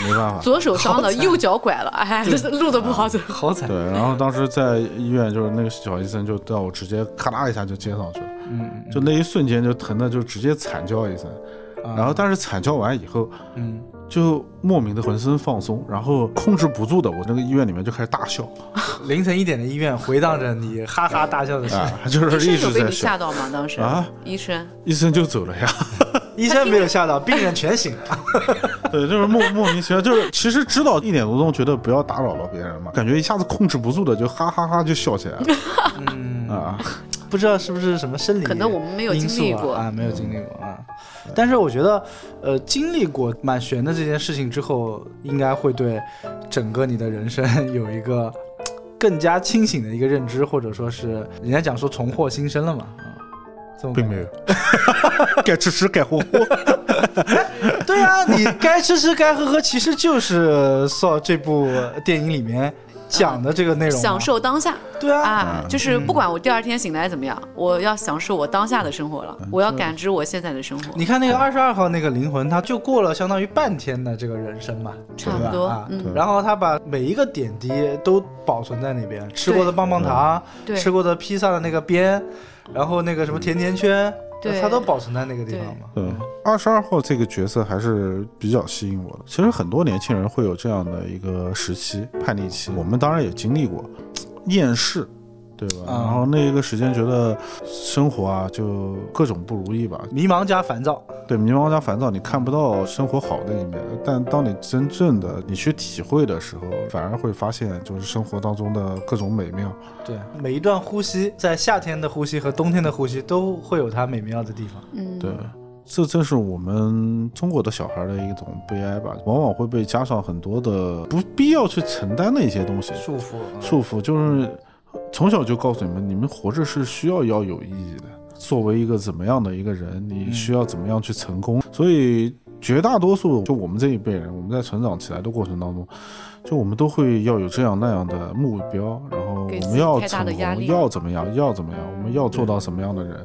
Speaker 4: 没办法。
Speaker 3: 左手伤了，右脚拐了，哎，这是 路都不好走。
Speaker 4: 啊
Speaker 1: 好惨，
Speaker 4: 对，然后当时在医院，就是那个小医生就带我直接咔啦一下就接上去了，
Speaker 1: 嗯
Speaker 4: 就那一瞬间就疼的就直接惨叫一声，
Speaker 1: 啊
Speaker 4: 然后但是惨叫完以后，
Speaker 1: 嗯，
Speaker 4: 就莫名的浑身放松，然后控制不住的，我那个医院里面就开始大笑
Speaker 1: 凌晨一点的医院回荡着你哈哈大笑的声音，
Speaker 4: 啊，就是
Speaker 3: 医
Speaker 4: 一
Speaker 3: 生
Speaker 4: 直
Speaker 3: 有被
Speaker 4: 在
Speaker 3: 你
Speaker 4: 笑
Speaker 3: 吓。到吗？当时
Speaker 4: 啊
Speaker 3: 医生
Speaker 4: 医生就走了呀，
Speaker 1: 医生没有吓到，病人全醒了。
Speaker 4: 对，就是莫莫名其妙，就是其实知道一点多钟，觉得不要打扰到别人嘛，感觉一下子控制不住的就哈哈哈就笑起来了，嗯啊，
Speaker 1: 不知道是不是什么生理因素啊，
Speaker 3: 可能我们没有经历过嗯
Speaker 1: 啊，没有经历过啊。但是我觉得，呃，经历过满悬的这件事情之后，应该会对整个你的人生 有一个更加清醒的一个认知，或者说是人家讲说重获新生了嘛。啊，这么
Speaker 4: 并
Speaker 1: 感觉
Speaker 4: 没有。， 该吃吃该喝喝，
Speaker 1: 对啊，你该吃吃该喝喝，其实就是《Saw》这部电影里面讲的这个内容嘛。
Speaker 3: 享受当下
Speaker 1: 对啊，
Speaker 3: 啊，就是不管我第二天醒来怎么样，我要享受我当下的生活了，我要感知我现在的生活
Speaker 1: 嗯你，看那个二十二号那个灵魂，他就过了相当于半天的这个人生嘛，
Speaker 3: 差不
Speaker 1: 对吧啊
Speaker 3: 多，嗯，
Speaker 1: 然后他把每一个点滴都保存在那边，吃过的棒棒糖，
Speaker 3: 嗯对
Speaker 1: 吃过的披萨的那个边，然后那个什么甜甜圈，
Speaker 3: 对
Speaker 1: 他都保存在那个地方嘛。
Speaker 4: 对，嗯二十二号这个角色还是比较吸引我的。其实很多年轻人会有这样的一个时期，叛逆期，我们当然也经历过，厌世。对吧？
Speaker 1: 啊
Speaker 4: 然后那一个时间觉得生活啊，就各种不如意吧。
Speaker 1: 迷茫加烦躁，
Speaker 4: 对，迷茫加烦躁，你看不到生活好的一面。但当你真正的你去体会的时候，反而会发现就是生活当中的各种美妙。
Speaker 1: 对，每一段呼吸，在夏天的呼吸和冬天的呼吸都会有它美妙的地方。
Speaker 3: 嗯，
Speaker 4: 对，这正是我们中国的小孩的一种悲哀吧，往往会被加上很多的不必要去承担的一些东西，
Speaker 1: 束缚，啊
Speaker 4: 束缚。就是从小就告诉你们，你们活着是需要要有意义的。作为一个怎么样的一个人，你需要怎么样去成功？所以绝大多数就我们这一辈人，我们在成长起来的过程当中，就我们都会要有这样那样的目标，然后
Speaker 3: 给
Speaker 4: 我
Speaker 3: 自
Speaker 4: 们
Speaker 3: 己
Speaker 4: 要
Speaker 3: 太大
Speaker 4: 成
Speaker 3: 的压
Speaker 4: 功，
Speaker 3: 力
Speaker 4: 要怎么样，要怎么样，我们要做到什么样的人，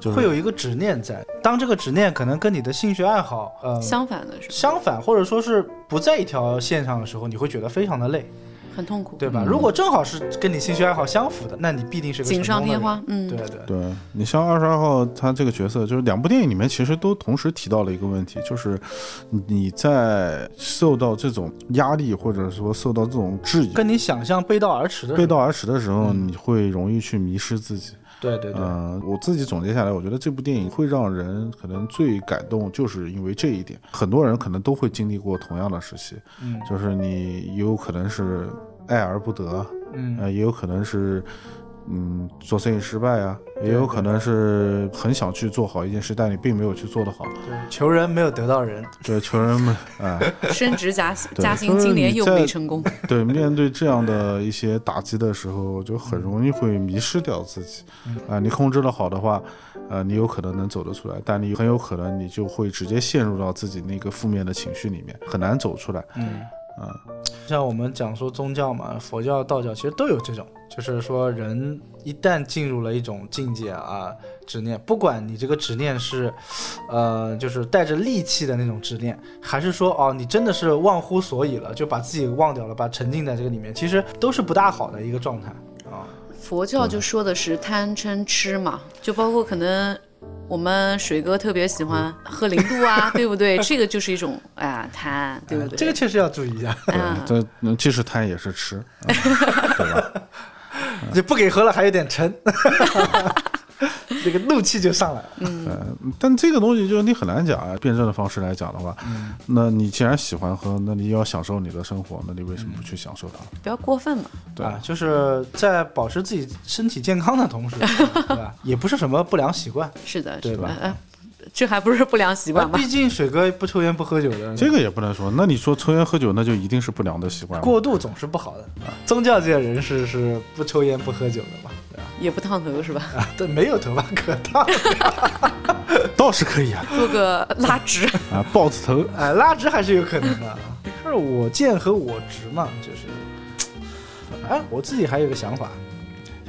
Speaker 4: 就是
Speaker 1: 会有一个执念在。当这个执念可能跟你的兴趣爱好，呃，
Speaker 3: 相反的是
Speaker 1: 相反，或者说是不在一条线上的时候，你会觉得非常的累。
Speaker 3: 很痛苦，
Speaker 1: 对吧？如果正好是跟你兴趣爱好相符的，那你必定是个
Speaker 3: 锦上
Speaker 1: 成功
Speaker 3: 添
Speaker 1: 的人
Speaker 3: 花。，嗯，
Speaker 1: 对对，
Speaker 4: 对你像二十二号，他这个角色就是两部电影里面其实都同时提到了一个问题，就是你在受到这种压力或者说受到这种质疑、
Speaker 1: 跟你想象背道而驰的时候，
Speaker 4: 背道而驰的时候，你会容易去迷失自己。
Speaker 1: 对对对，
Speaker 4: 嗯、我自己总结下来，我觉得这部电影会让人可能最感动，就是因为这一点。很多人可能都会经历过同样的时期，
Speaker 1: 嗯
Speaker 4: 就是你有可能是爱而不得，
Speaker 1: 嗯
Speaker 4: 呃，也有可能是，嗯，做生意失败啊，也有可能是很想去做好一件事，但你并没有去做得好。
Speaker 1: 对，求人没有得到人，
Speaker 4: 对，穷人们，哎，
Speaker 3: 升职加
Speaker 4: 对
Speaker 3: 加薪，今年又没成功，
Speaker 4: 对，面对这样的一些打击的时候，就很容易会迷失掉自己。啊、你控制的好的话，呃，你有可能能走得出来，但你很有可能你就会直接陷入到自己那个负面的情绪里面，很难走出来。
Speaker 1: 嗯，
Speaker 4: 嗯，
Speaker 1: 像我们讲说宗教嘛，佛教、道教其实都有这种，就是说人一旦进入了一种境界啊，执念，不管你这个执念是，呃，就是带着戾气的那种执念，还是说哦，你真的是忘乎所以了，就把自己忘掉了，把沉浸在这个里面，其实都是不大好的一个状态啊。
Speaker 3: 佛教就说的是贪嗔痴嘛，就包括可能我们水哥特别喜欢喝零度啊，对不对？这个就是一种哎呀贪，对不对？
Speaker 1: 这个确实要注意一下，
Speaker 3: 啊，
Speaker 4: 这嗯既是贪也是吃，嗯对吧？
Speaker 1: 就不给喝了还有点沉，这个怒气就上来了。
Speaker 4: 嗯但这个东西就是你很难讲啊。辩证的方式来讲的话，那你既然喜欢喝，那你要享受你的生活，那你为什么不去享受它？
Speaker 3: 不要过分嘛。
Speaker 4: 对
Speaker 1: 啊，就是在保持自己身体健康的同 时，对吧？也不是什么不良习惯，
Speaker 3: 是的，
Speaker 1: 对
Speaker 3: 是的
Speaker 1: 吧啊
Speaker 3: 呃这还不是不良习惯吗？
Speaker 1: 毕竟水哥不抽烟不喝酒的，
Speaker 4: 这个也不能说。那你说抽烟喝酒，那就一定是不良的习惯吗？
Speaker 1: 过度总是不好的。宗教界人士是不抽烟不喝酒的嘛，对吧？
Speaker 3: 也不烫头是吧？
Speaker 1: 啊，对，没有头发可烫，
Speaker 4: 倒是可以啊，
Speaker 3: 做个拉直，
Speaker 4: 啊，豹子头。
Speaker 1: 哎，拉直还是有可能 的。是我见和我直嘛，就是，哎，我自己还有个想法，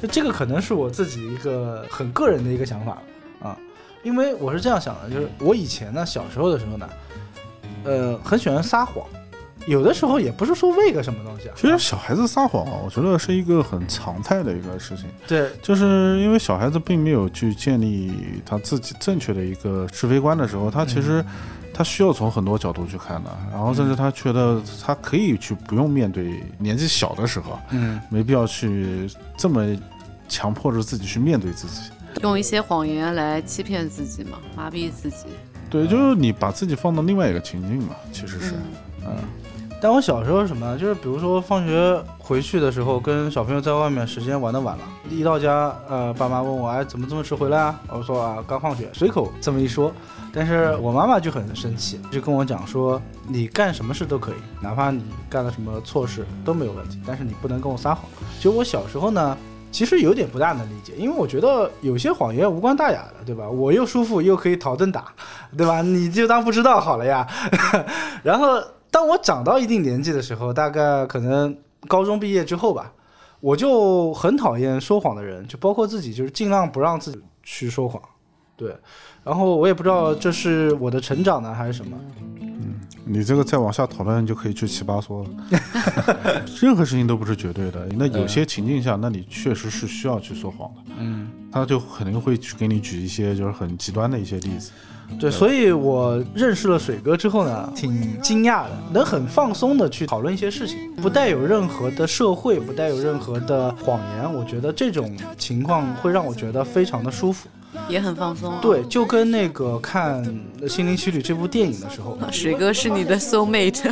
Speaker 1: 就这个可能是我自己一个很个人的一个想法啊，因为我是这样想的，就是我以前呢，小时候的时候呢，呃，很喜欢撒谎，有的时候也不是说为个什么东西啊，
Speaker 4: 其实小孩子撒谎啊，我觉得是一个很常态的一个事情，
Speaker 1: 对，
Speaker 4: 就是因为小孩子并没有去建立他自己正确的一个是非观的时候，他其实
Speaker 1: 嗯
Speaker 4: 他需要从很多角度去看的，然后甚至他觉得他可以去不用面对年纪小的时候，
Speaker 1: 嗯，
Speaker 4: 没必要去这么强迫着自己去面对自己。
Speaker 3: 用一些谎言来欺骗自己嘛，麻痹自己。
Speaker 1: 嗯
Speaker 4: 对，就是你把自己放到另外一个情境嘛，其实
Speaker 1: 啊
Speaker 4: 是，
Speaker 3: 嗯，
Speaker 4: 嗯，
Speaker 1: 但我小时候是什么呢？就是比如说放学回去的时候，跟小朋友在外面时间玩的晚了，一到家，呃，爸妈问我，哎，怎么这么迟回来啊？我说啊，刚放学，随口这么一说。但是我妈妈就很生气，就跟我讲说，你干什么事都可以，哪怕你干了什么错事都没有问题，但是你不能跟我撒谎。就我小时候呢，其实有点不大能理解，因为我觉得有些谎言无关大雅的，对吧？我又舒服又可以讨顿打，对吧？你就当不知道好了呀。然后当我长到一定年纪的时候，大概可能高中毕业之后吧，我就很讨厌说谎的人，就包括自己，就是尽量不让自己去说谎。对，然后我也不知道这是我的成长呢，还是什么。
Speaker 4: 你这个再往下讨论就可以去奇葩说了。 任何事情都不是绝对的，那有些情境下，那你确实是需要去说谎的，
Speaker 1: 嗯，
Speaker 4: 他就肯定会去给你举一些就是很极端的一些例子。
Speaker 1: 对，所以我认识了水哥之后呢，挺惊讶的，能很放松的去讨论一些事情，不带有任何的社会，不带有任何的谎言。我觉得这种情况会让我觉得非常的舒服。
Speaker 3: 也很放松、啊。
Speaker 1: 对，就跟那个看《心灵奇旅》这部电影的时候，
Speaker 3: 水哥是你的 soul mate，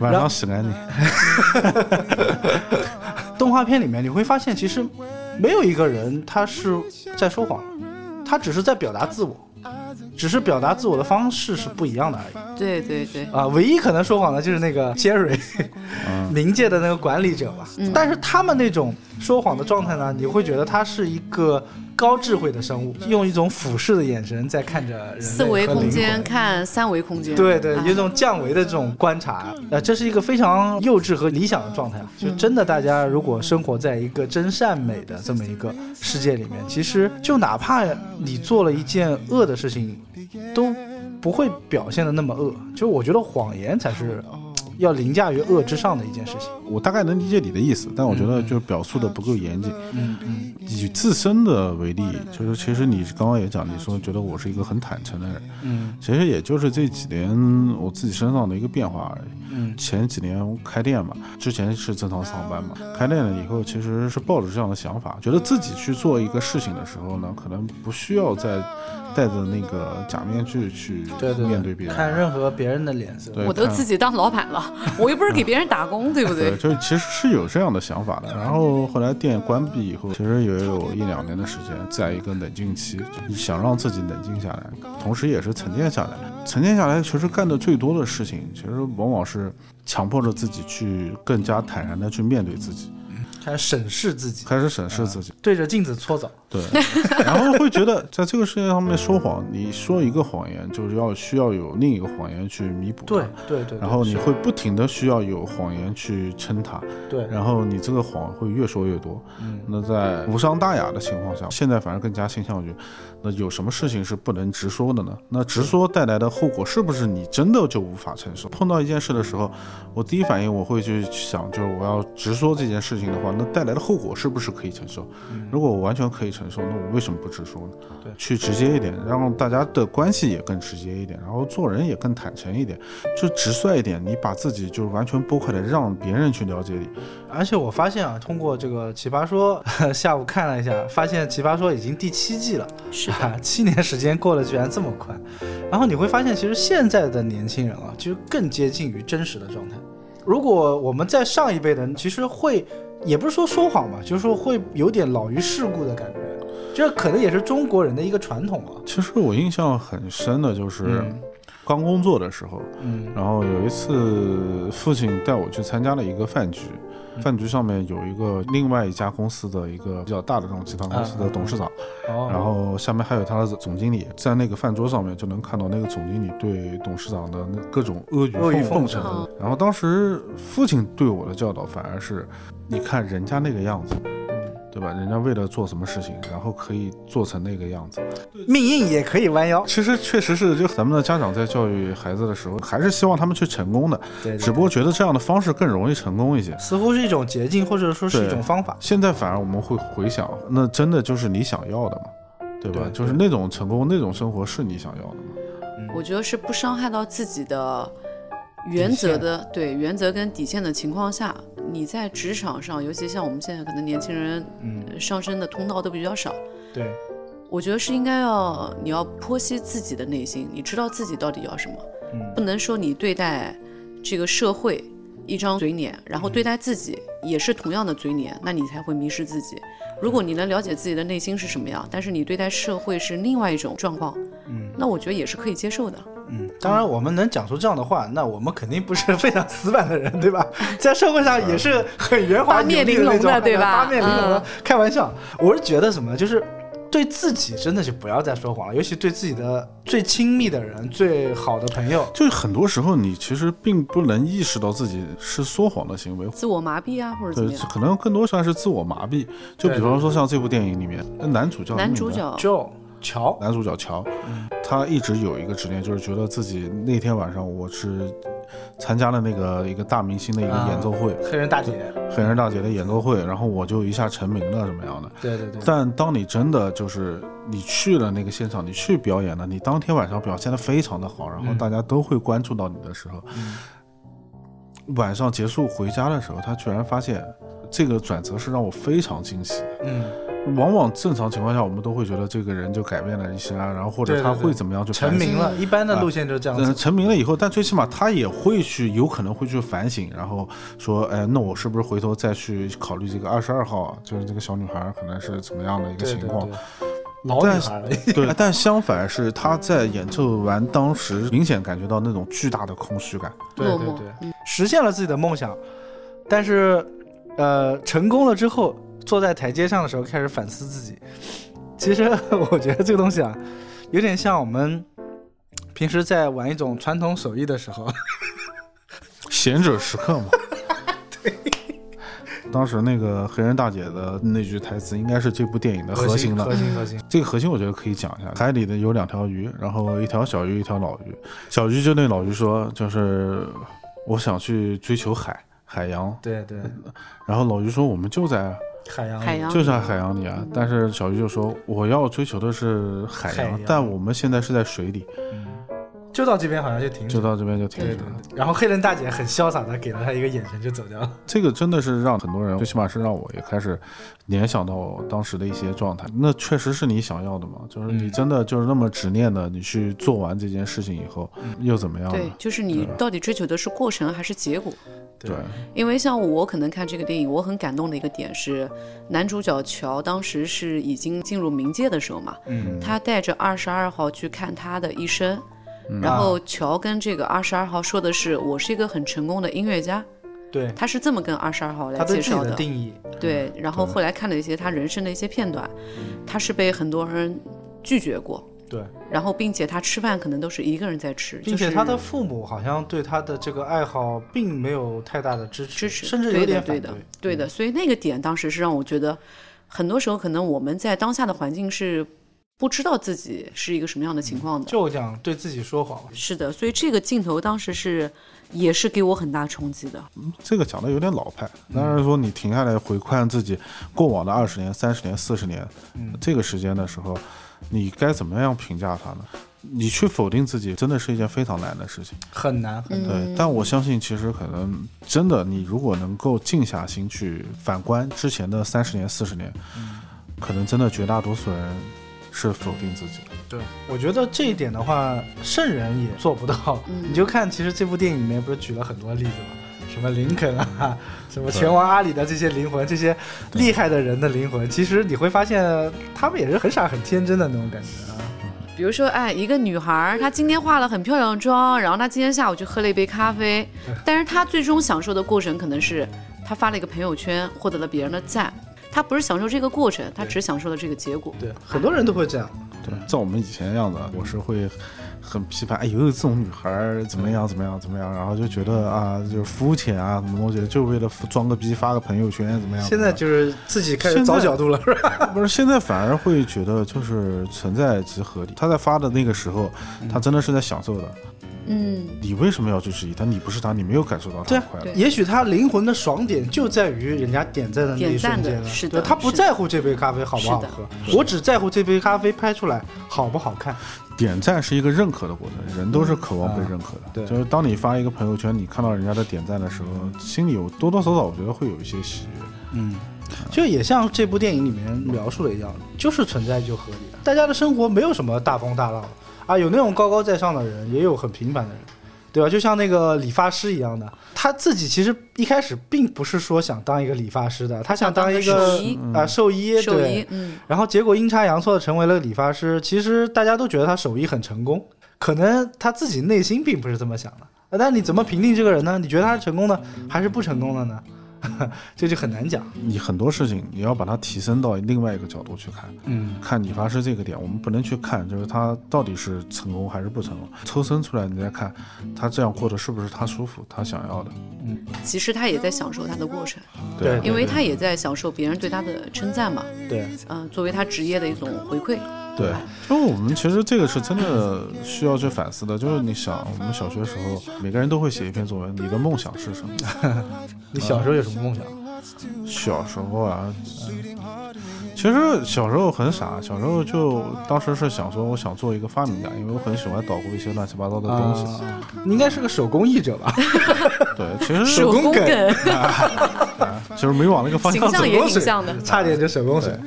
Speaker 4: 晚上洗干净，
Speaker 1: 动画片里面你会发现，其实没有一个人他是在说谎，他只是在表达自我，只是表达自我的方式是不一样的而已。
Speaker 3: 对对对，
Speaker 1: 啊，唯一可能说谎的就是那个 Jerry，灵界的那个管理者吧。
Speaker 3: 嗯
Speaker 1: 但是他们那种说谎的状态呢，你会觉得他是一个高智慧的生物，用一种俯视的眼神在看着人类
Speaker 3: 四维
Speaker 1: 和灵
Speaker 3: 空间
Speaker 1: 魂
Speaker 3: 看三维空间，
Speaker 1: 对对，
Speaker 3: 啊
Speaker 1: 有种降维的这种观察，呃，这是一个非常幼稚和理想的状态。啊就真的，大家如果生活在一个真善美的这么一个世界里面，其实就哪怕你做了一件恶的事情，都不会表现的那么恶。就我觉得谎言才是要凌驾于恶之上的一件事情。
Speaker 4: 我大概能理解你的意思，但我觉得就是表述的不够严谨。
Speaker 1: 嗯嗯
Speaker 4: 以自身的为例，就是其实你刚刚也讲，你说觉得我是一个很坦诚的人，
Speaker 1: 嗯
Speaker 4: 其实也就是这几年我自己身上的一个变化而已。
Speaker 1: 嗯
Speaker 4: 前几年开店嘛，之前是正常上班嘛，开店了以后其实是抱着这样的想法，觉得自己去做一个事情的时候呢，可能不需要再戴着那个假面具去
Speaker 1: 对对
Speaker 4: 面
Speaker 1: 对，
Speaker 4: 别人，
Speaker 1: 看任何别人的脸色。
Speaker 4: 对
Speaker 3: 我都
Speaker 4: 看
Speaker 3: 自己当老板了，我又不是给别人打工，对不对
Speaker 4: 对，？就是其实是有这样的想法的。然后后来店关闭以后，其实也有一两年的时间在一个冷静期，想让自己冷静下来，同时也是沉淀下来。沉淀下来，其实干的最多的事情，其实往往是强迫着自己去更加坦然的去面对自己。
Speaker 1: 开始审视自己，
Speaker 4: 开始审视自己。
Speaker 1: 对着镜子搓澡。
Speaker 4: 对，然后会觉得在这个世界上面说谎，你说一个谎言，就是要需要有另一个谎言去弥补它。
Speaker 1: 对对对。
Speaker 4: 然后你
Speaker 1: 是
Speaker 4: 会不停的需要有谎言去撑它，
Speaker 1: 对，
Speaker 4: 然后你这个谎会越说越多。
Speaker 1: 嗯
Speaker 4: 那在无伤大雅的情况下，现在反而更加倾向于，那有什么事情是不能直说的呢？那直说带来的后果是不是你真的就无法承受？碰到一件事的时候，我第一反应我会去想，就是我要直说这件事情的话，那带来的后果是不是可以承受？如果我完全可以承受，那我为什么不直说呢？
Speaker 1: 嗯对
Speaker 4: 去直接一点，让大家的关系也更直接一点，然后做人也更坦诚一点，就直率一点。你把自己就是完全剥开来，让别人去了解你。
Speaker 1: 而且我发现啊，通过这个《奇葩说》， 下午看了一下，发现《奇葩说》已经第七季了，
Speaker 3: 是
Speaker 1: 啊， 七年时间过得居然这么快。啊然后你会发现，其实现在的年轻人啊，就更接近于真实的状态。如果我们在上一辈的人，其实会也不是说说谎嘛，就是说会有点老于世故的感觉，这可能也是中国人的一个传统啊。
Speaker 4: 其实我印象很深的就是
Speaker 1: 嗯
Speaker 4: 刚工作的时候，
Speaker 1: 嗯
Speaker 4: 然后有一次父亲带我去参加了一个饭局，饭局上面有一个另外一家公司的一个比较大的这种集团公司的董事长，
Speaker 1: 哦
Speaker 4: 嗯然后下面还有他的总经理，在那个饭桌上面就能看到那个总经理对董事长的那各种阿
Speaker 1: 阿谀
Speaker 4: 谀奉
Speaker 1: 奉
Speaker 4: 承
Speaker 1: 承
Speaker 3: 哦。
Speaker 4: 然后当时父亲对我的教导反而是，你看人家那个样子，对吧？人家为了做什么事情，然后可以做成那个样子。
Speaker 1: 命硬也可以弯腰，
Speaker 4: 其实确实是，就咱们的家长在教育孩子的时候，还是希望他们去成功的，
Speaker 1: 对对
Speaker 4: 只不过觉得这样的方式更容易成功一些。
Speaker 1: 似乎是一种捷径，或者说是一种方法。
Speaker 4: 现在反而我们会回想，那真的就是你想要的吗？对吧？
Speaker 1: 对
Speaker 4: 就是那种成功，那种生活是你想要的吗？
Speaker 3: 我觉得是不伤害到自己的原则的，对原则跟底线的情况下，你在职场上，尤其像我们现在可能年轻人
Speaker 1: 嗯，
Speaker 3: 呃上升的通道都比较少，
Speaker 1: 对，
Speaker 3: 我觉得是应该要你要剖析自己的内心，你知道自己到底要什么，
Speaker 1: 嗯
Speaker 3: 不能说你对待这个社会一张嘴脸，然后对待自己也是同样的嘴脸，那你才会迷失自己。如果你能了解自己的内心是什么样，但是你对待社会是另外一种状况，
Speaker 1: 嗯
Speaker 3: 那我觉得也是可以接受的。
Speaker 1: 嗯，当然我们能讲出这样的话，那我们肯定不是非常死板的人，对 吧？在社会上也是很圆滑
Speaker 3: 八
Speaker 1: 有力
Speaker 3: 面
Speaker 1: 的
Speaker 3: 玲珑
Speaker 1: 那种
Speaker 3: 的对吧
Speaker 1: 八面玲珑的
Speaker 3: 嗯，
Speaker 1: 开玩笑，我是觉得什么，就是对自己真的是不要再说谎了，尤其对自己的最亲密的人、最好的朋友。
Speaker 4: 就是很多时候你其实并不能意识到自己是说谎的行为，
Speaker 3: 自我麻痹啊，或者怎
Speaker 4: 对
Speaker 3: 么，样？
Speaker 4: 可能更多算是自我麻痹。就
Speaker 1: 对
Speaker 4: 比方说像这部电影里面，那男主叫
Speaker 3: 男
Speaker 4: 什么
Speaker 3: 主
Speaker 4: 名字
Speaker 3: 角
Speaker 1: Joe 乔，
Speaker 4: 男主角乔，
Speaker 1: 嗯
Speaker 4: 他一直有一个执念，就是觉得自己那天晚上我是参加了那个一个大明星的一个演奏会，
Speaker 1: 黑人大姐，
Speaker 4: 黑人大姐的演奏会，然后我就一下成名了怎么样的。
Speaker 1: 对对对，
Speaker 4: 但当你真的就是你去了那个现场，你去表演了，你当天晚上表现的非常的好，然后
Speaker 1: 嗯
Speaker 4: 大家都会关注到你的时候， 晚上结束回家的时候，他居然发现这个转折是让我非常惊喜的。
Speaker 1: 嗯，
Speaker 4: 往往正常情况下，我们都会觉得这个人就改变了一些啊，然后或
Speaker 1: 对
Speaker 4: 者
Speaker 1: 对
Speaker 4: 他
Speaker 1: 对
Speaker 4: 会怎么样去
Speaker 1: 成
Speaker 4: 反省。
Speaker 1: 名了，一般的路线就是这样
Speaker 4: 嗯、
Speaker 1: 子。
Speaker 4: 成名了以后，但最起码他也会去，有可能会去反省，然后说，哎，那我是不是回头再去考虑这个二十二号啊，就是这个小女孩可能是怎么样的一个
Speaker 1: 对
Speaker 4: 情
Speaker 1: 对
Speaker 4: 况
Speaker 1: 对？，老女孩了，
Speaker 4: 对，但相反是他在演奏完，当时明显感觉到那种巨大的空虚感。
Speaker 1: 对
Speaker 3: 落
Speaker 1: 对
Speaker 3: 寞嗯
Speaker 1: 对，实现了自己的梦想，但是，呃，成功了之后，坐在台阶上的时候开始反思自己。其实 我觉得这个东西啊，有点像我们平时在玩一种传统手艺的时候，
Speaker 4: 贤者时刻嘛。 当时那个黑人大姐的那句台词，应该是这部电影的 核心了。
Speaker 1: 核心核心。
Speaker 4: 这个核心我觉得可以讲一下。海里的有两条鱼，然后一条小鱼，一条老鱼。小鱼就对老鱼说，就是我想去追求海海洋。
Speaker 1: 对对，
Speaker 4: 然后老鱼说，我们就在
Speaker 1: 海洋
Speaker 3: 海洋
Speaker 4: 就在海洋里啊。但是小鱼就说，我要追求的是海
Speaker 1: 海
Speaker 4: 洋嗯
Speaker 1: 洋，
Speaker 4: 但我们现在是在水里。
Speaker 1: 嗯就到这边好像就停止
Speaker 4: 就
Speaker 1: 了。
Speaker 4: 到这边就停
Speaker 1: 对对
Speaker 4: 止了。
Speaker 1: 对，然后黑人大姐很潇洒的给了他一个眼神就走掉了。
Speaker 4: 这个真的是让很多人，最起码是让我也开始联想到我当时的一些状态。那确实是你想要的嘛？就是你
Speaker 1: 嗯
Speaker 4: 真的就是那么执念的，你去做完这件事情以后，又怎么样
Speaker 3: 对
Speaker 4: 呢，？
Speaker 3: 就是你到底追求的是过程还是结果？
Speaker 4: 对，
Speaker 3: 因为像我可能看这个电影，我很感动的一个点是，男主角乔当时是已经进入冥界的时候嘛，
Speaker 1: 嗯，
Speaker 3: 他带着二十二号去看他的
Speaker 1: 嗯
Speaker 3: 医
Speaker 1: 啊
Speaker 3: 生，然后乔跟这个二十二号说的是，我是一个很成功的音乐家，
Speaker 1: 对，
Speaker 3: 他是这么跟二十二号来
Speaker 1: 他
Speaker 3: 介
Speaker 1: 对自己
Speaker 3: 绍
Speaker 1: 的定嗯义，
Speaker 3: 对，然后
Speaker 4: 对
Speaker 3: 后来看了一些他人生的一些片段，他是被很多人拒绝过，
Speaker 1: 对，
Speaker 3: 然后并且他吃饭可能都是一个人在吃，
Speaker 1: 并
Speaker 3: 就
Speaker 1: 且
Speaker 3: 是
Speaker 1: 他的父母好像对他的这个爱好并没有太大的支持，
Speaker 3: 支持，
Speaker 1: 甚至
Speaker 3: 对
Speaker 1: 有
Speaker 3: 的
Speaker 1: 点
Speaker 3: 对
Speaker 1: 反嗯
Speaker 3: 的，对的。所以那个点当时是让我觉得，很多时候可能我们在当下的环境是不知道自己是一个什么样的情况的。
Speaker 1: 嗯就讲对自己说谎嘛。
Speaker 3: 是的，所以这个镜头当时是也是给我很大冲击的。
Speaker 1: 嗯
Speaker 4: 这个讲的有点老派，当然说你停下来回看自己过往的二十年、三十年、四十年，这个时间的时候，你该怎么样评价它呢？你去否定自己，真的是一件非常难的事情。
Speaker 1: 很难
Speaker 3: 嗯
Speaker 1: 很难。
Speaker 4: 对，但我相信，其实可能真的，你如果能够静下心去反观之前的三十年、四十年，可能真的绝大多数人是否定自己的。
Speaker 1: 对，我觉得这一点的话，圣人也做不到。
Speaker 3: 嗯
Speaker 1: 你就看，其实这部电影里面不是举了很多例子吗？什么林肯啊，什么拳王阿里的这些灵魂，这些厉害的人的灵魂，其实你会发现，他们也是很傻很天真的那种感觉啊。
Speaker 3: 比如说，哎，一个女孩儿，她今天化了很漂亮的妆，然后她今天下午去喝了一杯咖 啡，但是她最终享受的过程可能是她发了一个朋友圈，获得了别人的赞。她不是享受这个过程，她只享受了这个结果。
Speaker 1: 对，很多人都会这样。
Speaker 4: 对，照我们以前的样子，我是会很批判，哎呦，这种女孩儿怎么
Speaker 1: 嗯
Speaker 4: 样怎么样怎么样，然后就觉得啊，就是肤浅啊，什么东西，就为了装个逼发个朋友圈怎么样？
Speaker 1: 现在就是自己开始找角度了，是吧？
Speaker 4: 在不是现在反而会觉得就是存在即合理。他在发的那个时候，
Speaker 1: 嗯
Speaker 4: 他真的是在享受的。
Speaker 3: 嗯，
Speaker 4: 你为什么要去质疑他？你不是他，你没有感受到他
Speaker 1: 对
Speaker 4: 的
Speaker 1: 啊
Speaker 4: 快乐。
Speaker 1: 也许他灵魂的爽点就在于人家点赞的那一瞬间
Speaker 3: 点赞
Speaker 1: 了，
Speaker 3: 的是
Speaker 1: 对
Speaker 3: 的
Speaker 1: 他不
Speaker 3: 是的
Speaker 1: 在乎这杯咖啡好不好
Speaker 3: 是的
Speaker 1: 喝，我只在乎这杯咖啡拍出来好不好看。
Speaker 4: 点赞是一个认可的过程，人都是渴望被认可的。
Speaker 1: 嗯对
Speaker 4: 就是当你发一个朋友圈，你看到人家的点赞的时候，心里有多多少少，我觉得会有一些喜悦。
Speaker 1: 嗯，就也像这部电影里面描述的一样，就是存在就合理。大家的生活没有什么大风大浪啊，有那种高高在上的人，也有很平凡的人，对吧？就像那个理发师一样的，他自己其实一开始并不是说想当一个理发师的，他想当一
Speaker 3: 想当
Speaker 1: 个
Speaker 3: 个兽医
Speaker 1: 啊兽医，
Speaker 3: 兽
Speaker 1: 对
Speaker 3: 医，，嗯，
Speaker 1: 然后结果阴差阳错地成为了理发师。其实大家都觉得他手艺很成功，可能他自己内心并不是这么想的。啊但你怎么评定这个人呢？你觉得他是成功的还是不成功的呢？ 这就很难讲。
Speaker 4: 你很多事情你要把它提升到另外一个角度去看，
Speaker 1: 嗯，
Speaker 4: 看理发师这个点，我们不能去看就是他到底是成功还是不成功，抽身出来你再看，他这样过的是不是他舒服，他想要的，
Speaker 3: 其实她也在享受她的过程，
Speaker 1: 对
Speaker 4: 吧
Speaker 3: 因为她也在享受别人对她的称赞嘛，
Speaker 1: 对，
Speaker 3: 嗯、作为她职业的一种回馈。
Speaker 4: 对，就我们其实这个是真的需要去反思的，就是你想，我们小学时候每个人都会写一篇作文，你的梦想是什么？
Speaker 1: 你小时候有什么梦想？
Speaker 4: 小时候啊，其实小时候很傻，小时候就当时是想说，我想做一个发明家，因为我很喜欢捣鼓一些乱七八糟的东西。
Speaker 1: 啊，你应该是个手工艺者吧？
Speaker 4: 对，其 实
Speaker 1: 手工
Speaker 3: 工
Speaker 1: 梗
Speaker 3: 梗，
Speaker 4: 就是没往那个方
Speaker 3: 形
Speaker 4: 向走
Speaker 3: 象。也挺 像的。
Speaker 1: 差点就手工水。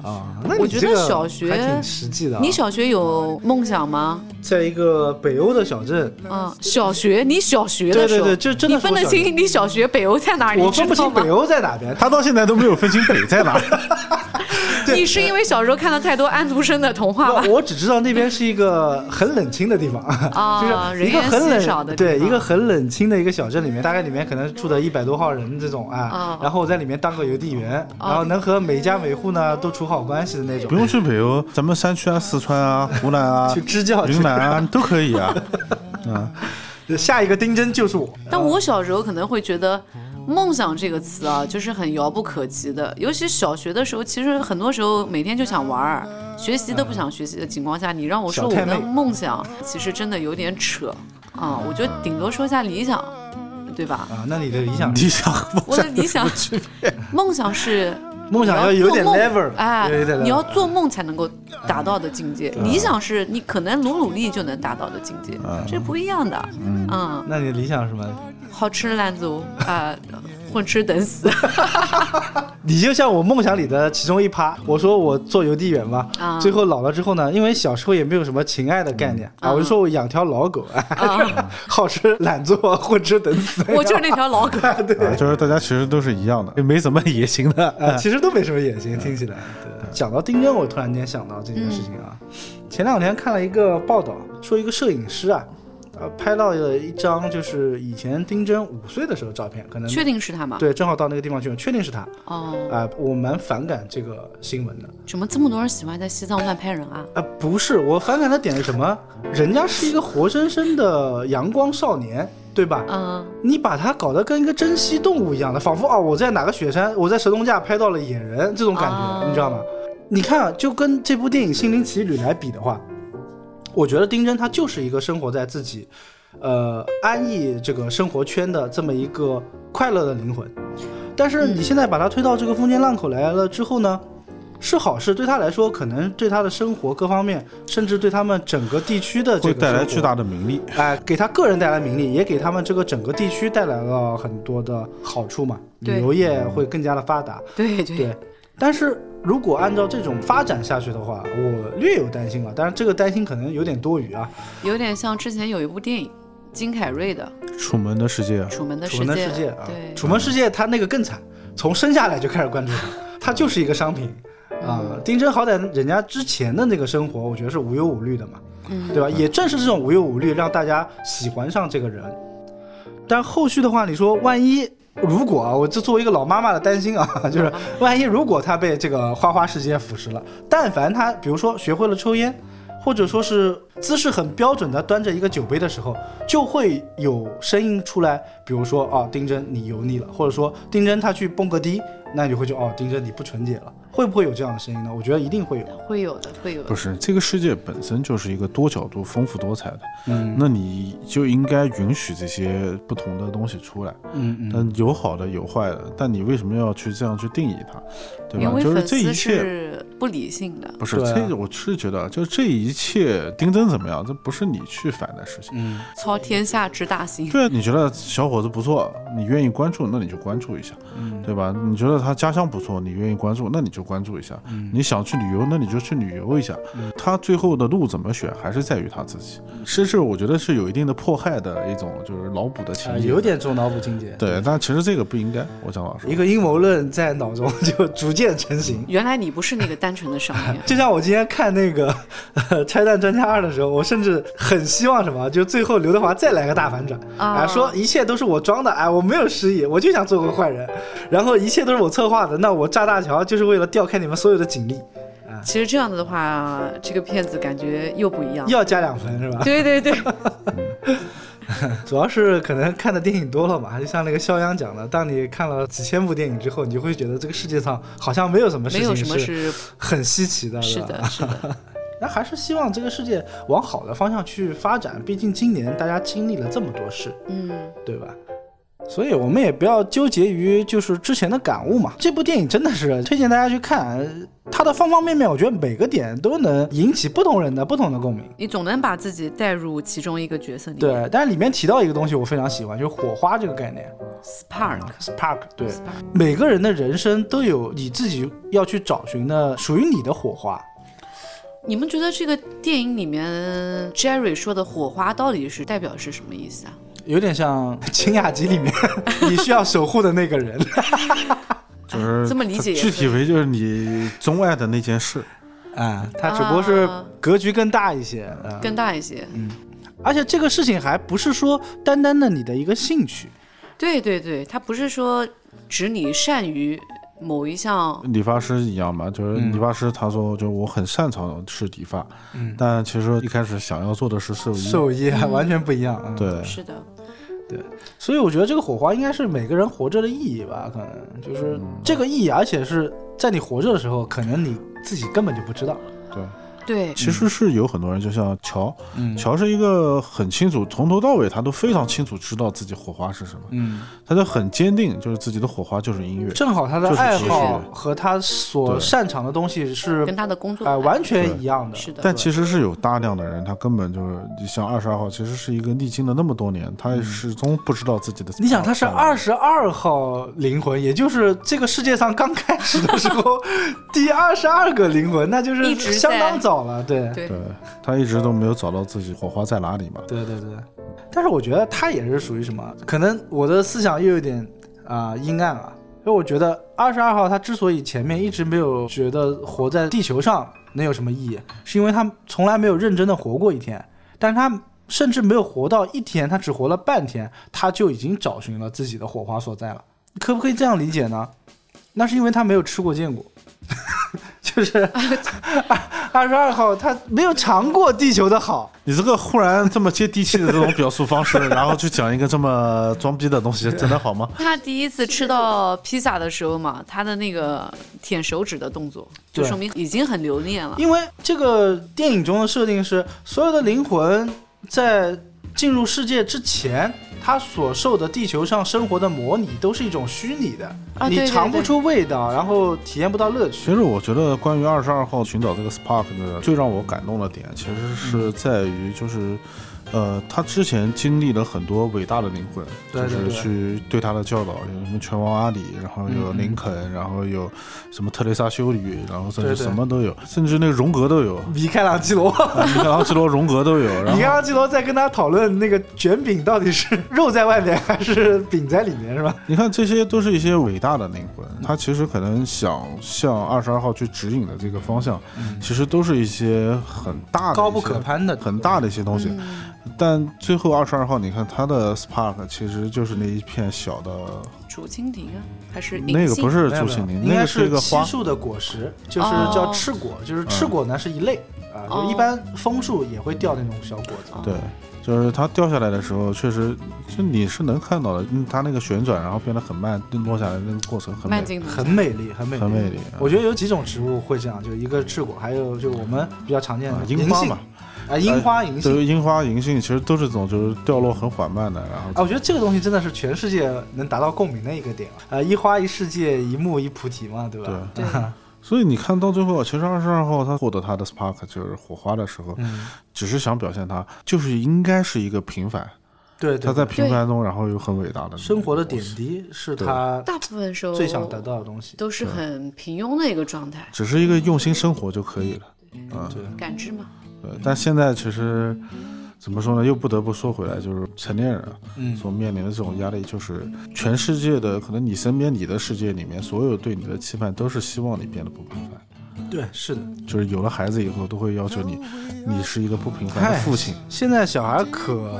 Speaker 1: 啊，那你
Speaker 3: 我觉得
Speaker 1: 这个
Speaker 3: 小学
Speaker 1: 还挺实际的啊。
Speaker 3: 你小学有梦想吗？
Speaker 1: 在一个北欧的小镇，
Speaker 3: 嗯，小学，你小学
Speaker 1: 对
Speaker 3: 的
Speaker 1: 对
Speaker 3: 时候，
Speaker 1: 对就真的
Speaker 3: 你分
Speaker 1: 是我
Speaker 3: 得
Speaker 1: 小学
Speaker 3: 清你小学北欧在哪儿？
Speaker 1: 我
Speaker 3: 你
Speaker 1: 分
Speaker 3: 知
Speaker 1: 不
Speaker 3: 道
Speaker 1: 清
Speaker 3: 吗
Speaker 1: 北？欧在哪边。他
Speaker 4: 他到现在都没有分清北在哪儿。
Speaker 3: 你是因为小时候看了太多安徒生的童话吧？
Speaker 1: 我只知道那边是一 个很冷清的地方，
Speaker 3: 啊，
Speaker 1: 就是
Speaker 3: 人
Speaker 1: 一个
Speaker 3: 烟
Speaker 1: 很
Speaker 3: 稀少的
Speaker 1: 冷，
Speaker 3: 地
Speaker 1: 对，
Speaker 3: 方
Speaker 1: 一个很冷清的一个小镇里面，大概里面可能住的一百多号人这种啊
Speaker 3: 哦，
Speaker 1: 然后我在里面当个邮递员，然后能和每家每户呢都处好关系的那种
Speaker 4: 不。用去北欧，咱们山区啊、四川啊、湖南啊
Speaker 1: 去、支教去
Speaker 4: 云南啊都可以 啊。
Speaker 1: 下一个丁真就是我，
Speaker 3: 但我小时候可能会觉得“梦想”这个词啊，就是很遥不可及的。尤其小学的时候，其实很多时候每天就想玩儿，学习都不想学习的情况下，你让我说
Speaker 1: 小
Speaker 3: 我
Speaker 1: 太
Speaker 3: 的
Speaker 1: 妹
Speaker 3: 梦想，其实真的有点扯啊。我就顶多说一下理想，对吧？
Speaker 1: 啊，那你的理想
Speaker 4: 你想，
Speaker 3: 我的理想、梦想是
Speaker 1: 梦想要
Speaker 3: 你
Speaker 1: 有
Speaker 3: 做
Speaker 1: 点
Speaker 3: 梦
Speaker 1: level，
Speaker 3: 哎
Speaker 1: 有点 level，啊
Speaker 3: 你要做梦才能够达到的境界。理想是你可能努努力就能达到的境界，这不一样的。嗯，
Speaker 1: 那你的理想是什么？
Speaker 3: 好吃懒做啊，混吃等死
Speaker 1: 你就像我梦想里的其中一趴，我说我做邮递员吧，
Speaker 3: 啊
Speaker 1: 最后老了之后呢，因为小时候也没有什么情爱的概念、
Speaker 3: 嗯
Speaker 1: 啊，我就说我养条老狗，
Speaker 3: 啊！
Speaker 1: 好吃懒做，混吃等死。
Speaker 3: 我就是那条老狗。
Speaker 4: 啊就是大家其实都是一样的，也没什么野心的。
Speaker 1: 啊，其实都没什么野心，听起来。对，讲到丁真，我
Speaker 3: 嗯
Speaker 1: 突然间想到这件事情啊。前两天看了一个报道，说一个摄影师啊，啊、呃，拍到了一张就是以前丁真五岁的时候照片，可能
Speaker 3: 确定是他吗？
Speaker 1: 对，正好到那个地方去，确定是他。啊、
Speaker 3: 哦，
Speaker 1: 我蛮反感这个新闻的。
Speaker 3: 怎么这么多人喜欢在西藏乱拍人啊？
Speaker 1: 啊、不是，我反感的点是什么？人家是一个活生生的阳光少年，对吧？
Speaker 3: 嗯，
Speaker 1: 你把他搞得跟一个珍稀动物一样的，仿佛啊、我在哪个雪山，我在神农架拍到了野人这种感觉，
Speaker 3: 啊
Speaker 1: 你知道吗？你看、啊，就跟这部电影《心灵奇旅》来比的话，我觉得丁真他就是一个生活在自己，呃，安逸这个生活圈的这么一个快乐的灵魂。但是你现在把他推到这个风尖浪口来了之后呢，是好事，对他来说，可能对他的生活各方面，甚至对他们整个地区的这
Speaker 4: 会
Speaker 1: 个
Speaker 4: 带来
Speaker 1: 生活
Speaker 4: 巨大的名利。
Speaker 1: 哎，给他个人带来名利，也给他们这个整个地区带来了很多的好处嘛，
Speaker 3: 对
Speaker 1: 旅游业会更加的发达。
Speaker 3: 对对
Speaker 1: 对，但是如果按照这种发展下去的话，我略有担心啊。当然，这个担心可能有点多余啊。
Speaker 3: 有点像之前有一部电影，金凯瑞的
Speaker 4: 楚门的世界啊，
Speaker 3: 《楚门的
Speaker 1: 楚
Speaker 3: 世
Speaker 1: 门
Speaker 3: 界》
Speaker 1: 的世界啊，
Speaker 3: 对，
Speaker 1: 楚门世界他那个更惨，从生下来就开始关注他，他就是一个商品。啊、丁真好歹人家之前的那个生活，我觉得是无忧无虑的嘛，
Speaker 3: 嗯
Speaker 1: 对吧？也正是这种无忧无虑，让大家喜欢上这个人。但后续的话，你说万一如果啊，我这作为一个老妈妈的担心啊，就是万一如果他被这个花花世界腐蚀了，但凡他比如说学会了抽烟，或者说是姿势很标准的端着一个酒杯的时候，就会有声音出来，比如说啊，丁真你油腻了，或者说丁真他去蹦个迪，那你会就哦，丁真你不纯洁了，会不会有这样的声音呢？我觉得一定会有。
Speaker 3: 会有的，会有的
Speaker 4: 不。是这个世界本身就是一个多角度、丰富多彩的，
Speaker 1: 嗯
Speaker 4: 那你就应该允许这些不同的东西出来。
Speaker 1: 嗯嗯，
Speaker 4: 但有好的有坏的，但你为什么要去这样去定义它，对
Speaker 3: 因
Speaker 4: 吧？
Speaker 3: 为
Speaker 4: 就是
Speaker 3: 粉
Speaker 4: 这一
Speaker 3: 丝
Speaker 4: 切。
Speaker 3: 是不理性的，
Speaker 4: 不是，
Speaker 1: 对啊
Speaker 4: 这我是觉得，就这一切，丁真怎么样，这不是你去烦的事情。
Speaker 1: 嗯，
Speaker 3: 操天下之大 心。
Speaker 4: 对啊，你觉得小伙子不错，你愿意关注，那你就关注一下，对吧？你觉得他家乡不错，你愿意关注，那你就关注一下。你想去旅游，那你就去旅游一下。他最后的路怎么选，还是在于他自己。这是我觉得是有一定的迫害的一种，就是脑补的情
Speaker 1: 啊，
Speaker 4: 节。
Speaker 1: 有点重脑补情节。
Speaker 4: 对，但其实这个不应该。我讲老实 话
Speaker 1: 一，个阴谋论在脑中就逐渐成型。，
Speaker 3: 原来你不是那个单纯的少年
Speaker 1: 就像我今天看那个 呃《拆弹专家二》的时候，我甚至很希望什么，就最后刘德华再来个大反转，
Speaker 3: 啊
Speaker 1: 哎，说一切都是我装的，哎，我没有失忆，我就想做个坏人，然后一切都是我策划的，那我炸大桥就是为了调开你们所有的警力，
Speaker 3: 哦其实这样子的话，这个片子感觉又不一样。
Speaker 1: 要加两分是吧？
Speaker 3: 对对对，
Speaker 1: 主要是可能看的电影多了嘛，就像那个肖央讲的，当你看了几千部电影之后，你就会觉得这个世界上好像没有什么事
Speaker 3: 没有
Speaker 1: 情
Speaker 3: 什么
Speaker 1: 是
Speaker 3: 是
Speaker 1: 很稀奇 的，
Speaker 3: 是
Speaker 1: 吧
Speaker 3: 的，是的，
Speaker 1: 那还是希望这个世界往好的方向去发展，毕竟今年大家经历了这么多事，
Speaker 3: 嗯，
Speaker 1: 对吧？所以我们也不要纠结于就是之前的感悟嘛。这部电影真的是推荐大家去看，它的方方面面，我觉得每个点都能引起不同人的不同的共鸣。
Speaker 3: 你总能把自己带入其中一个角色里面。
Speaker 1: 对，但是里面提到一个东西，我非常喜欢，就是火花这个概念
Speaker 3: Spark，
Speaker 1: ，spark。对，
Speaker 3: 嗯 Spark
Speaker 1: 每个人的人生都有你自己要去找寻的属于你的火花。
Speaker 3: 你们觉得这个电影里面 Jerry 说的火花到底是代表是什么意思啊？
Speaker 1: 有点像《晴雅集》里 面你需要守护的那个人，
Speaker 4: 就是
Speaker 3: 这么理解也
Speaker 4: 具体为就是你钟爱的那件事。
Speaker 1: 啊、他只不过是
Speaker 3: 啊
Speaker 1: 格局更大一些，啊、
Speaker 3: 更大一些。
Speaker 1: 而且这个事情还不是说单单的你的一个兴趣，
Speaker 3: 对对对，他不是说指你善于某一项，
Speaker 1: 嗯
Speaker 4: 理发师一样嘛，就是理发师他说，就我很擅长是理发，
Speaker 1: 嗯
Speaker 4: 但其实一开始想要做的是兽医，
Speaker 1: 手艺还完全不一样啊。，
Speaker 4: 对，
Speaker 3: 是的，
Speaker 1: 所以我觉得这个火花应该是每个人活着的意义吧，可能就是这个意义，而且是在你活着的时候，可能你自己根本就不知道。
Speaker 4: 对，
Speaker 3: 对，
Speaker 4: 其实是有很多人，就像乔，
Speaker 1: 嗯
Speaker 4: 乔是一个很清楚，从头到尾他都非常清楚知道自己火花是什么，
Speaker 1: 嗯，
Speaker 4: 他就很坚定，就是自己的火花就是音乐，
Speaker 1: 正好他的
Speaker 4: 就是
Speaker 1: 爱
Speaker 4: 其实
Speaker 1: 好和他所擅长的东西是
Speaker 3: 跟他的工作
Speaker 1: 哎、
Speaker 3: 还
Speaker 1: 完全一样的。
Speaker 3: 是的，
Speaker 4: 但其实是有大量的人，他根本就是，你像二十二号，其实是一个历经了那么多年，他也始终不知道自己的。
Speaker 1: 嗯你想，他是二，十二号灵魂，也就是这个世界上刚开始的时 候第二十二个灵魂，那就
Speaker 3: 一
Speaker 1: 是
Speaker 3: 直
Speaker 1: 相
Speaker 3: 在
Speaker 1: 当早了。对，
Speaker 3: 对
Speaker 4: 对他一直都没有找到自己火花在哪里嘛。
Speaker 1: 对对对，但是我觉得他也是属于什么？可能我的思想又有点啊、阴暗了，因为我觉得二十二号他之所以前面一直没有觉得活在地球上能有什么意义，是因为他从来没有认真的活过一天，但是他甚至没有活到一天，他只活了半天，他就已经找寻了自己的火花所在了。可不可以这样理解呢？那是因为他没有吃过坚果， 就是二十二号他没有尝过地球的好。
Speaker 4: 你这个忽然这么接地气的这种表述方式，然后去讲一个这么装逼的东西，真的好吗？
Speaker 3: 他第一次吃到披萨的时候嘛，他的那个舔手指的动作，就
Speaker 1: 对
Speaker 3: 说明已经很留恋了。
Speaker 1: 因为这个电影中的设定是，所有的灵魂在进入世界之前，他所受的地球上生活的模拟都是一种虚拟的，
Speaker 3: 啊对
Speaker 1: 你
Speaker 3: 对
Speaker 1: 尝不
Speaker 3: 对
Speaker 1: 出味道，然后体验不到乐趣。
Speaker 4: 其实我觉得关于二十二号群岛这个 Spark 的最让我感动的点，其实是在于就是，呃，他之前经历了很多伟大的灵魂，
Speaker 1: 对对
Speaker 4: 就是去对他的教导，有什么拳王阿里，然后有林肯，然后有什么特蕾莎修女，然后甚至
Speaker 1: 对对
Speaker 4: 什么都有，甚至那个荣格都 有，
Speaker 1: 米开朗基罗，
Speaker 4: 啊米开朗基罗、荣格都有，然
Speaker 1: 米开
Speaker 4: 后。
Speaker 1: 朗基罗在跟他讨论那个卷饼到底 是肉在外面还是饼在里面，是吧？
Speaker 4: 你看，这些都是一些伟大的灵魂，
Speaker 1: 嗯
Speaker 4: 他其实可能想向二十二号去指引的这个方向，其实都是一些很大的、
Speaker 1: 嗯高不可、攀的，嗯
Speaker 4: 很大的一些东西。但最后二十二号，你看它的 spark 其实就是那一片小的，
Speaker 3: 竹蜻蜓啊，还是银
Speaker 4: 那个不
Speaker 3: 杏
Speaker 1: 没
Speaker 4: 是
Speaker 1: 有
Speaker 4: 竹
Speaker 1: 没有
Speaker 4: 蜻蜓，
Speaker 1: 应
Speaker 4: 那
Speaker 1: 该
Speaker 4: 个是一
Speaker 1: 是
Speaker 4: 个
Speaker 1: 漆
Speaker 4: 花。
Speaker 1: 树的果实，就是
Speaker 3: 哦
Speaker 1: 叫赤果，就是赤果呢是一类啊，
Speaker 3: 哦
Speaker 1: 就一般枫树也会掉那种小果子。
Speaker 3: 哦
Speaker 4: 对，就是它掉下来的时候，确实就你是能看到的，嗯它那个旋转然后变得很慢，落下来那个过程很美
Speaker 3: 慢，镜头，
Speaker 1: 很美丽，很美丽，
Speaker 4: 很美丽啊
Speaker 1: 我觉得有几种植物会这样，就一个赤果，还有就我们比较常见的
Speaker 4: 啊樱花
Speaker 1: 银杏
Speaker 4: 嘛，呃
Speaker 1: 啊，樱花银
Speaker 4: 对，
Speaker 1: 杏
Speaker 4: 樱花、银杏其实都是这种，就是掉落很缓慢的，然后
Speaker 1: 啊，我觉得这个东西真的是全世界能达到共鸣的一个点啊，一花一世界，一木一菩提嘛，对吧？啊
Speaker 4: 对
Speaker 3: 对，
Speaker 4: 所以你看到最后，啊其实二十二号他获得他的 spark 就是火花的时候，
Speaker 1: 嗯，
Speaker 4: 只是想表现他就是应该是一个平凡，
Speaker 1: 对对，
Speaker 4: 他在
Speaker 1: 对
Speaker 4: 平凡中，然后有很伟大的
Speaker 1: 生活的
Speaker 4: 东
Speaker 1: 点
Speaker 4: 西
Speaker 1: 滴是
Speaker 4: 对
Speaker 1: 他
Speaker 3: 大部分时候
Speaker 1: 最想得到的东西。
Speaker 3: 都是很平庸的一个状态，
Speaker 4: 只是一个用心生活就可以了。啊、
Speaker 1: 嗯对，
Speaker 3: 感知嘛。
Speaker 4: 对。但现在其实怎么说呢？又不得不说回来，就是成年人啊
Speaker 1: 嗯，
Speaker 4: 所面临的这种压力，就是全世界的可能你身边你的世界里面，所有对你的期盼都是希望你变得不平凡。
Speaker 1: 对，是的。
Speaker 4: 就是有了孩子以后，都会要求你，你是一个不平凡的
Speaker 1: 嗨
Speaker 4: 父亲。
Speaker 1: 现在小孩 可，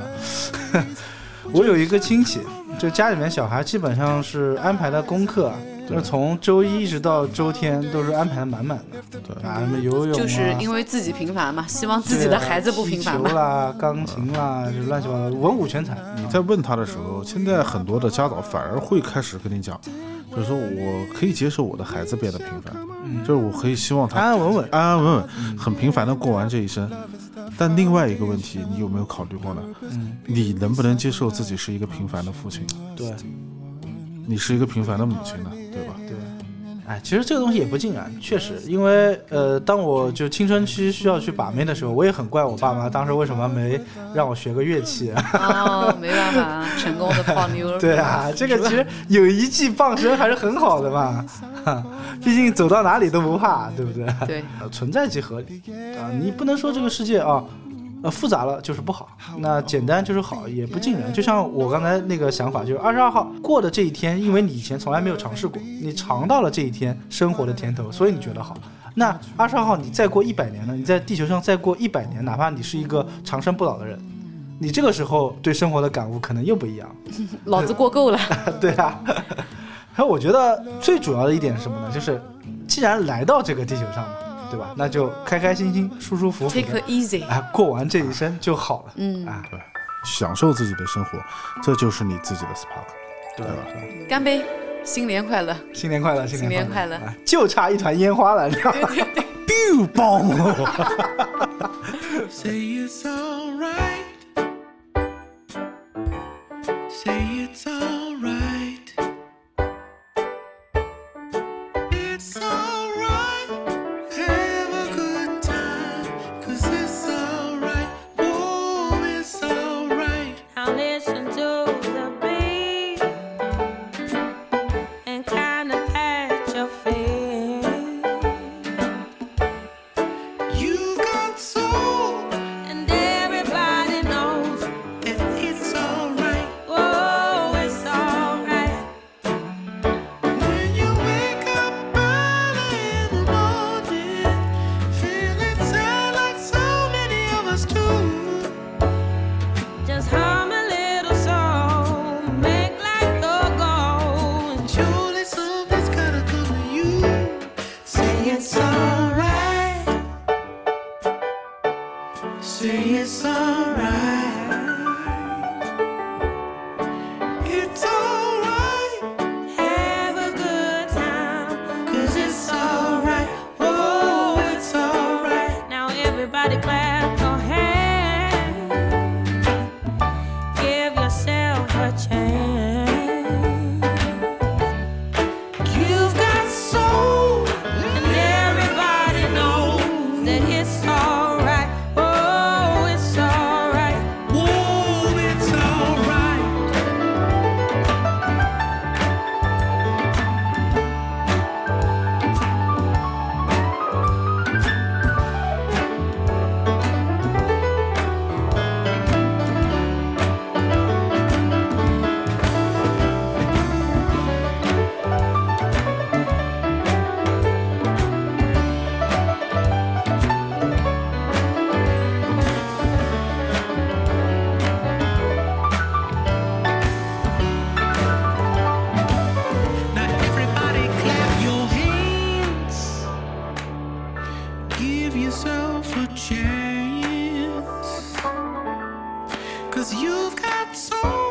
Speaker 1: 我有一个亲戚，就家里面小孩基本上是安排的功课啊，就是从周一一直到周天都是安排的满满的，
Speaker 4: 对
Speaker 1: 啊，什么游泳啊，
Speaker 3: 就是因为自己平凡嘛，希望自己的孩子不平凡
Speaker 1: 对啊踢球
Speaker 3: 嘛。
Speaker 1: 啦、钢琴啦，就乱七八糟，文武全才。
Speaker 4: 你在问他的时候，现在很多的家长反而会开始跟你讲，就是说我可以接受我的孩子变得平凡，就是我可以希望他啊
Speaker 1: 安安稳稳，
Speaker 4: 安安稳稳、很平凡的过完这一生。但另外一个问题，你有没有考虑过呢？
Speaker 1: 嗯，
Speaker 4: 你能不能接受自己是一个平凡的父亲，
Speaker 1: 对
Speaker 4: 你是一个平凡的母亲呢？对吧？
Speaker 1: 对。哎，其实这个东西也不尽然，确实，因为呃，当我就青春期需要去把妹的时候，我也很怪我爸妈，当时为什么没让我学个乐器、啊？。
Speaker 3: 哦，没办法，成功的泡妞
Speaker 1: 对啊，这个其实有一技傍身还是很好的嘛， 哈毕竟走到哪里都不怕，对不对？
Speaker 3: 对，
Speaker 1: 呃存在即合理啊、你不能说这个世界啊，呃，复杂了就是不好，那简单就是好，也不尽然。就像我刚才那个想法，就是二十二号过的这一天，因为你以前从来没有尝试过，你尝到了这一天生活的甜头，所以你觉得好。那二十二号，你再过一百年呢？你在地球上再过一百年，哪怕你是一个长生不老的人，你这个时候对生活的感悟可能又不一样。
Speaker 3: 老子过够了。
Speaker 1: 对啊。还有，我觉得最主要的一点是什么呢？就是既然来到这个地球上了，对吧？那就开开心心、舒舒服服
Speaker 3: Take
Speaker 1: 的
Speaker 3: it，easy。
Speaker 1: 哎，过完这一生就好了。
Speaker 3: 嗯，
Speaker 1: 啊，
Speaker 4: 享受自己的生活，这就是你自己的 spark。
Speaker 1: 对吧？
Speaker 3: 干杯，新年快乐。
Speaker 1: 新年快乐，新
Speaker 3: 新年
Speaker 1: 快
Speaker 3: 快乐
Speaker 1: 哎就差一团烟花了，你知道吗？
Speaker 4: 又爆了！
Speaker 2: Say it's alright. Say it's alright. It's alright. Have a good time. Cause it's alright. Oh, it's alright.
Speaker 5: I'll listen to the beat and kind of at your feet.
Speaker 2: You've got soul.
Speaker 5: And everybody oh,
Speaker 2: It's alright. It's alright.
Speaker 5: Have a good time.
Speaker 2: Cause it's alright. Oh, it's alright.
Speaker 5: Now everybody clap your hands. Give yourself a chance.
Speaker 2: You've got soul.
Speaker 5: And everybody knows that it's alright. Oh, it's alright.
Speaker 2: Whoa, it's alright. Now everybody clap your hands. Give yourself a chance. Cause you've got soul.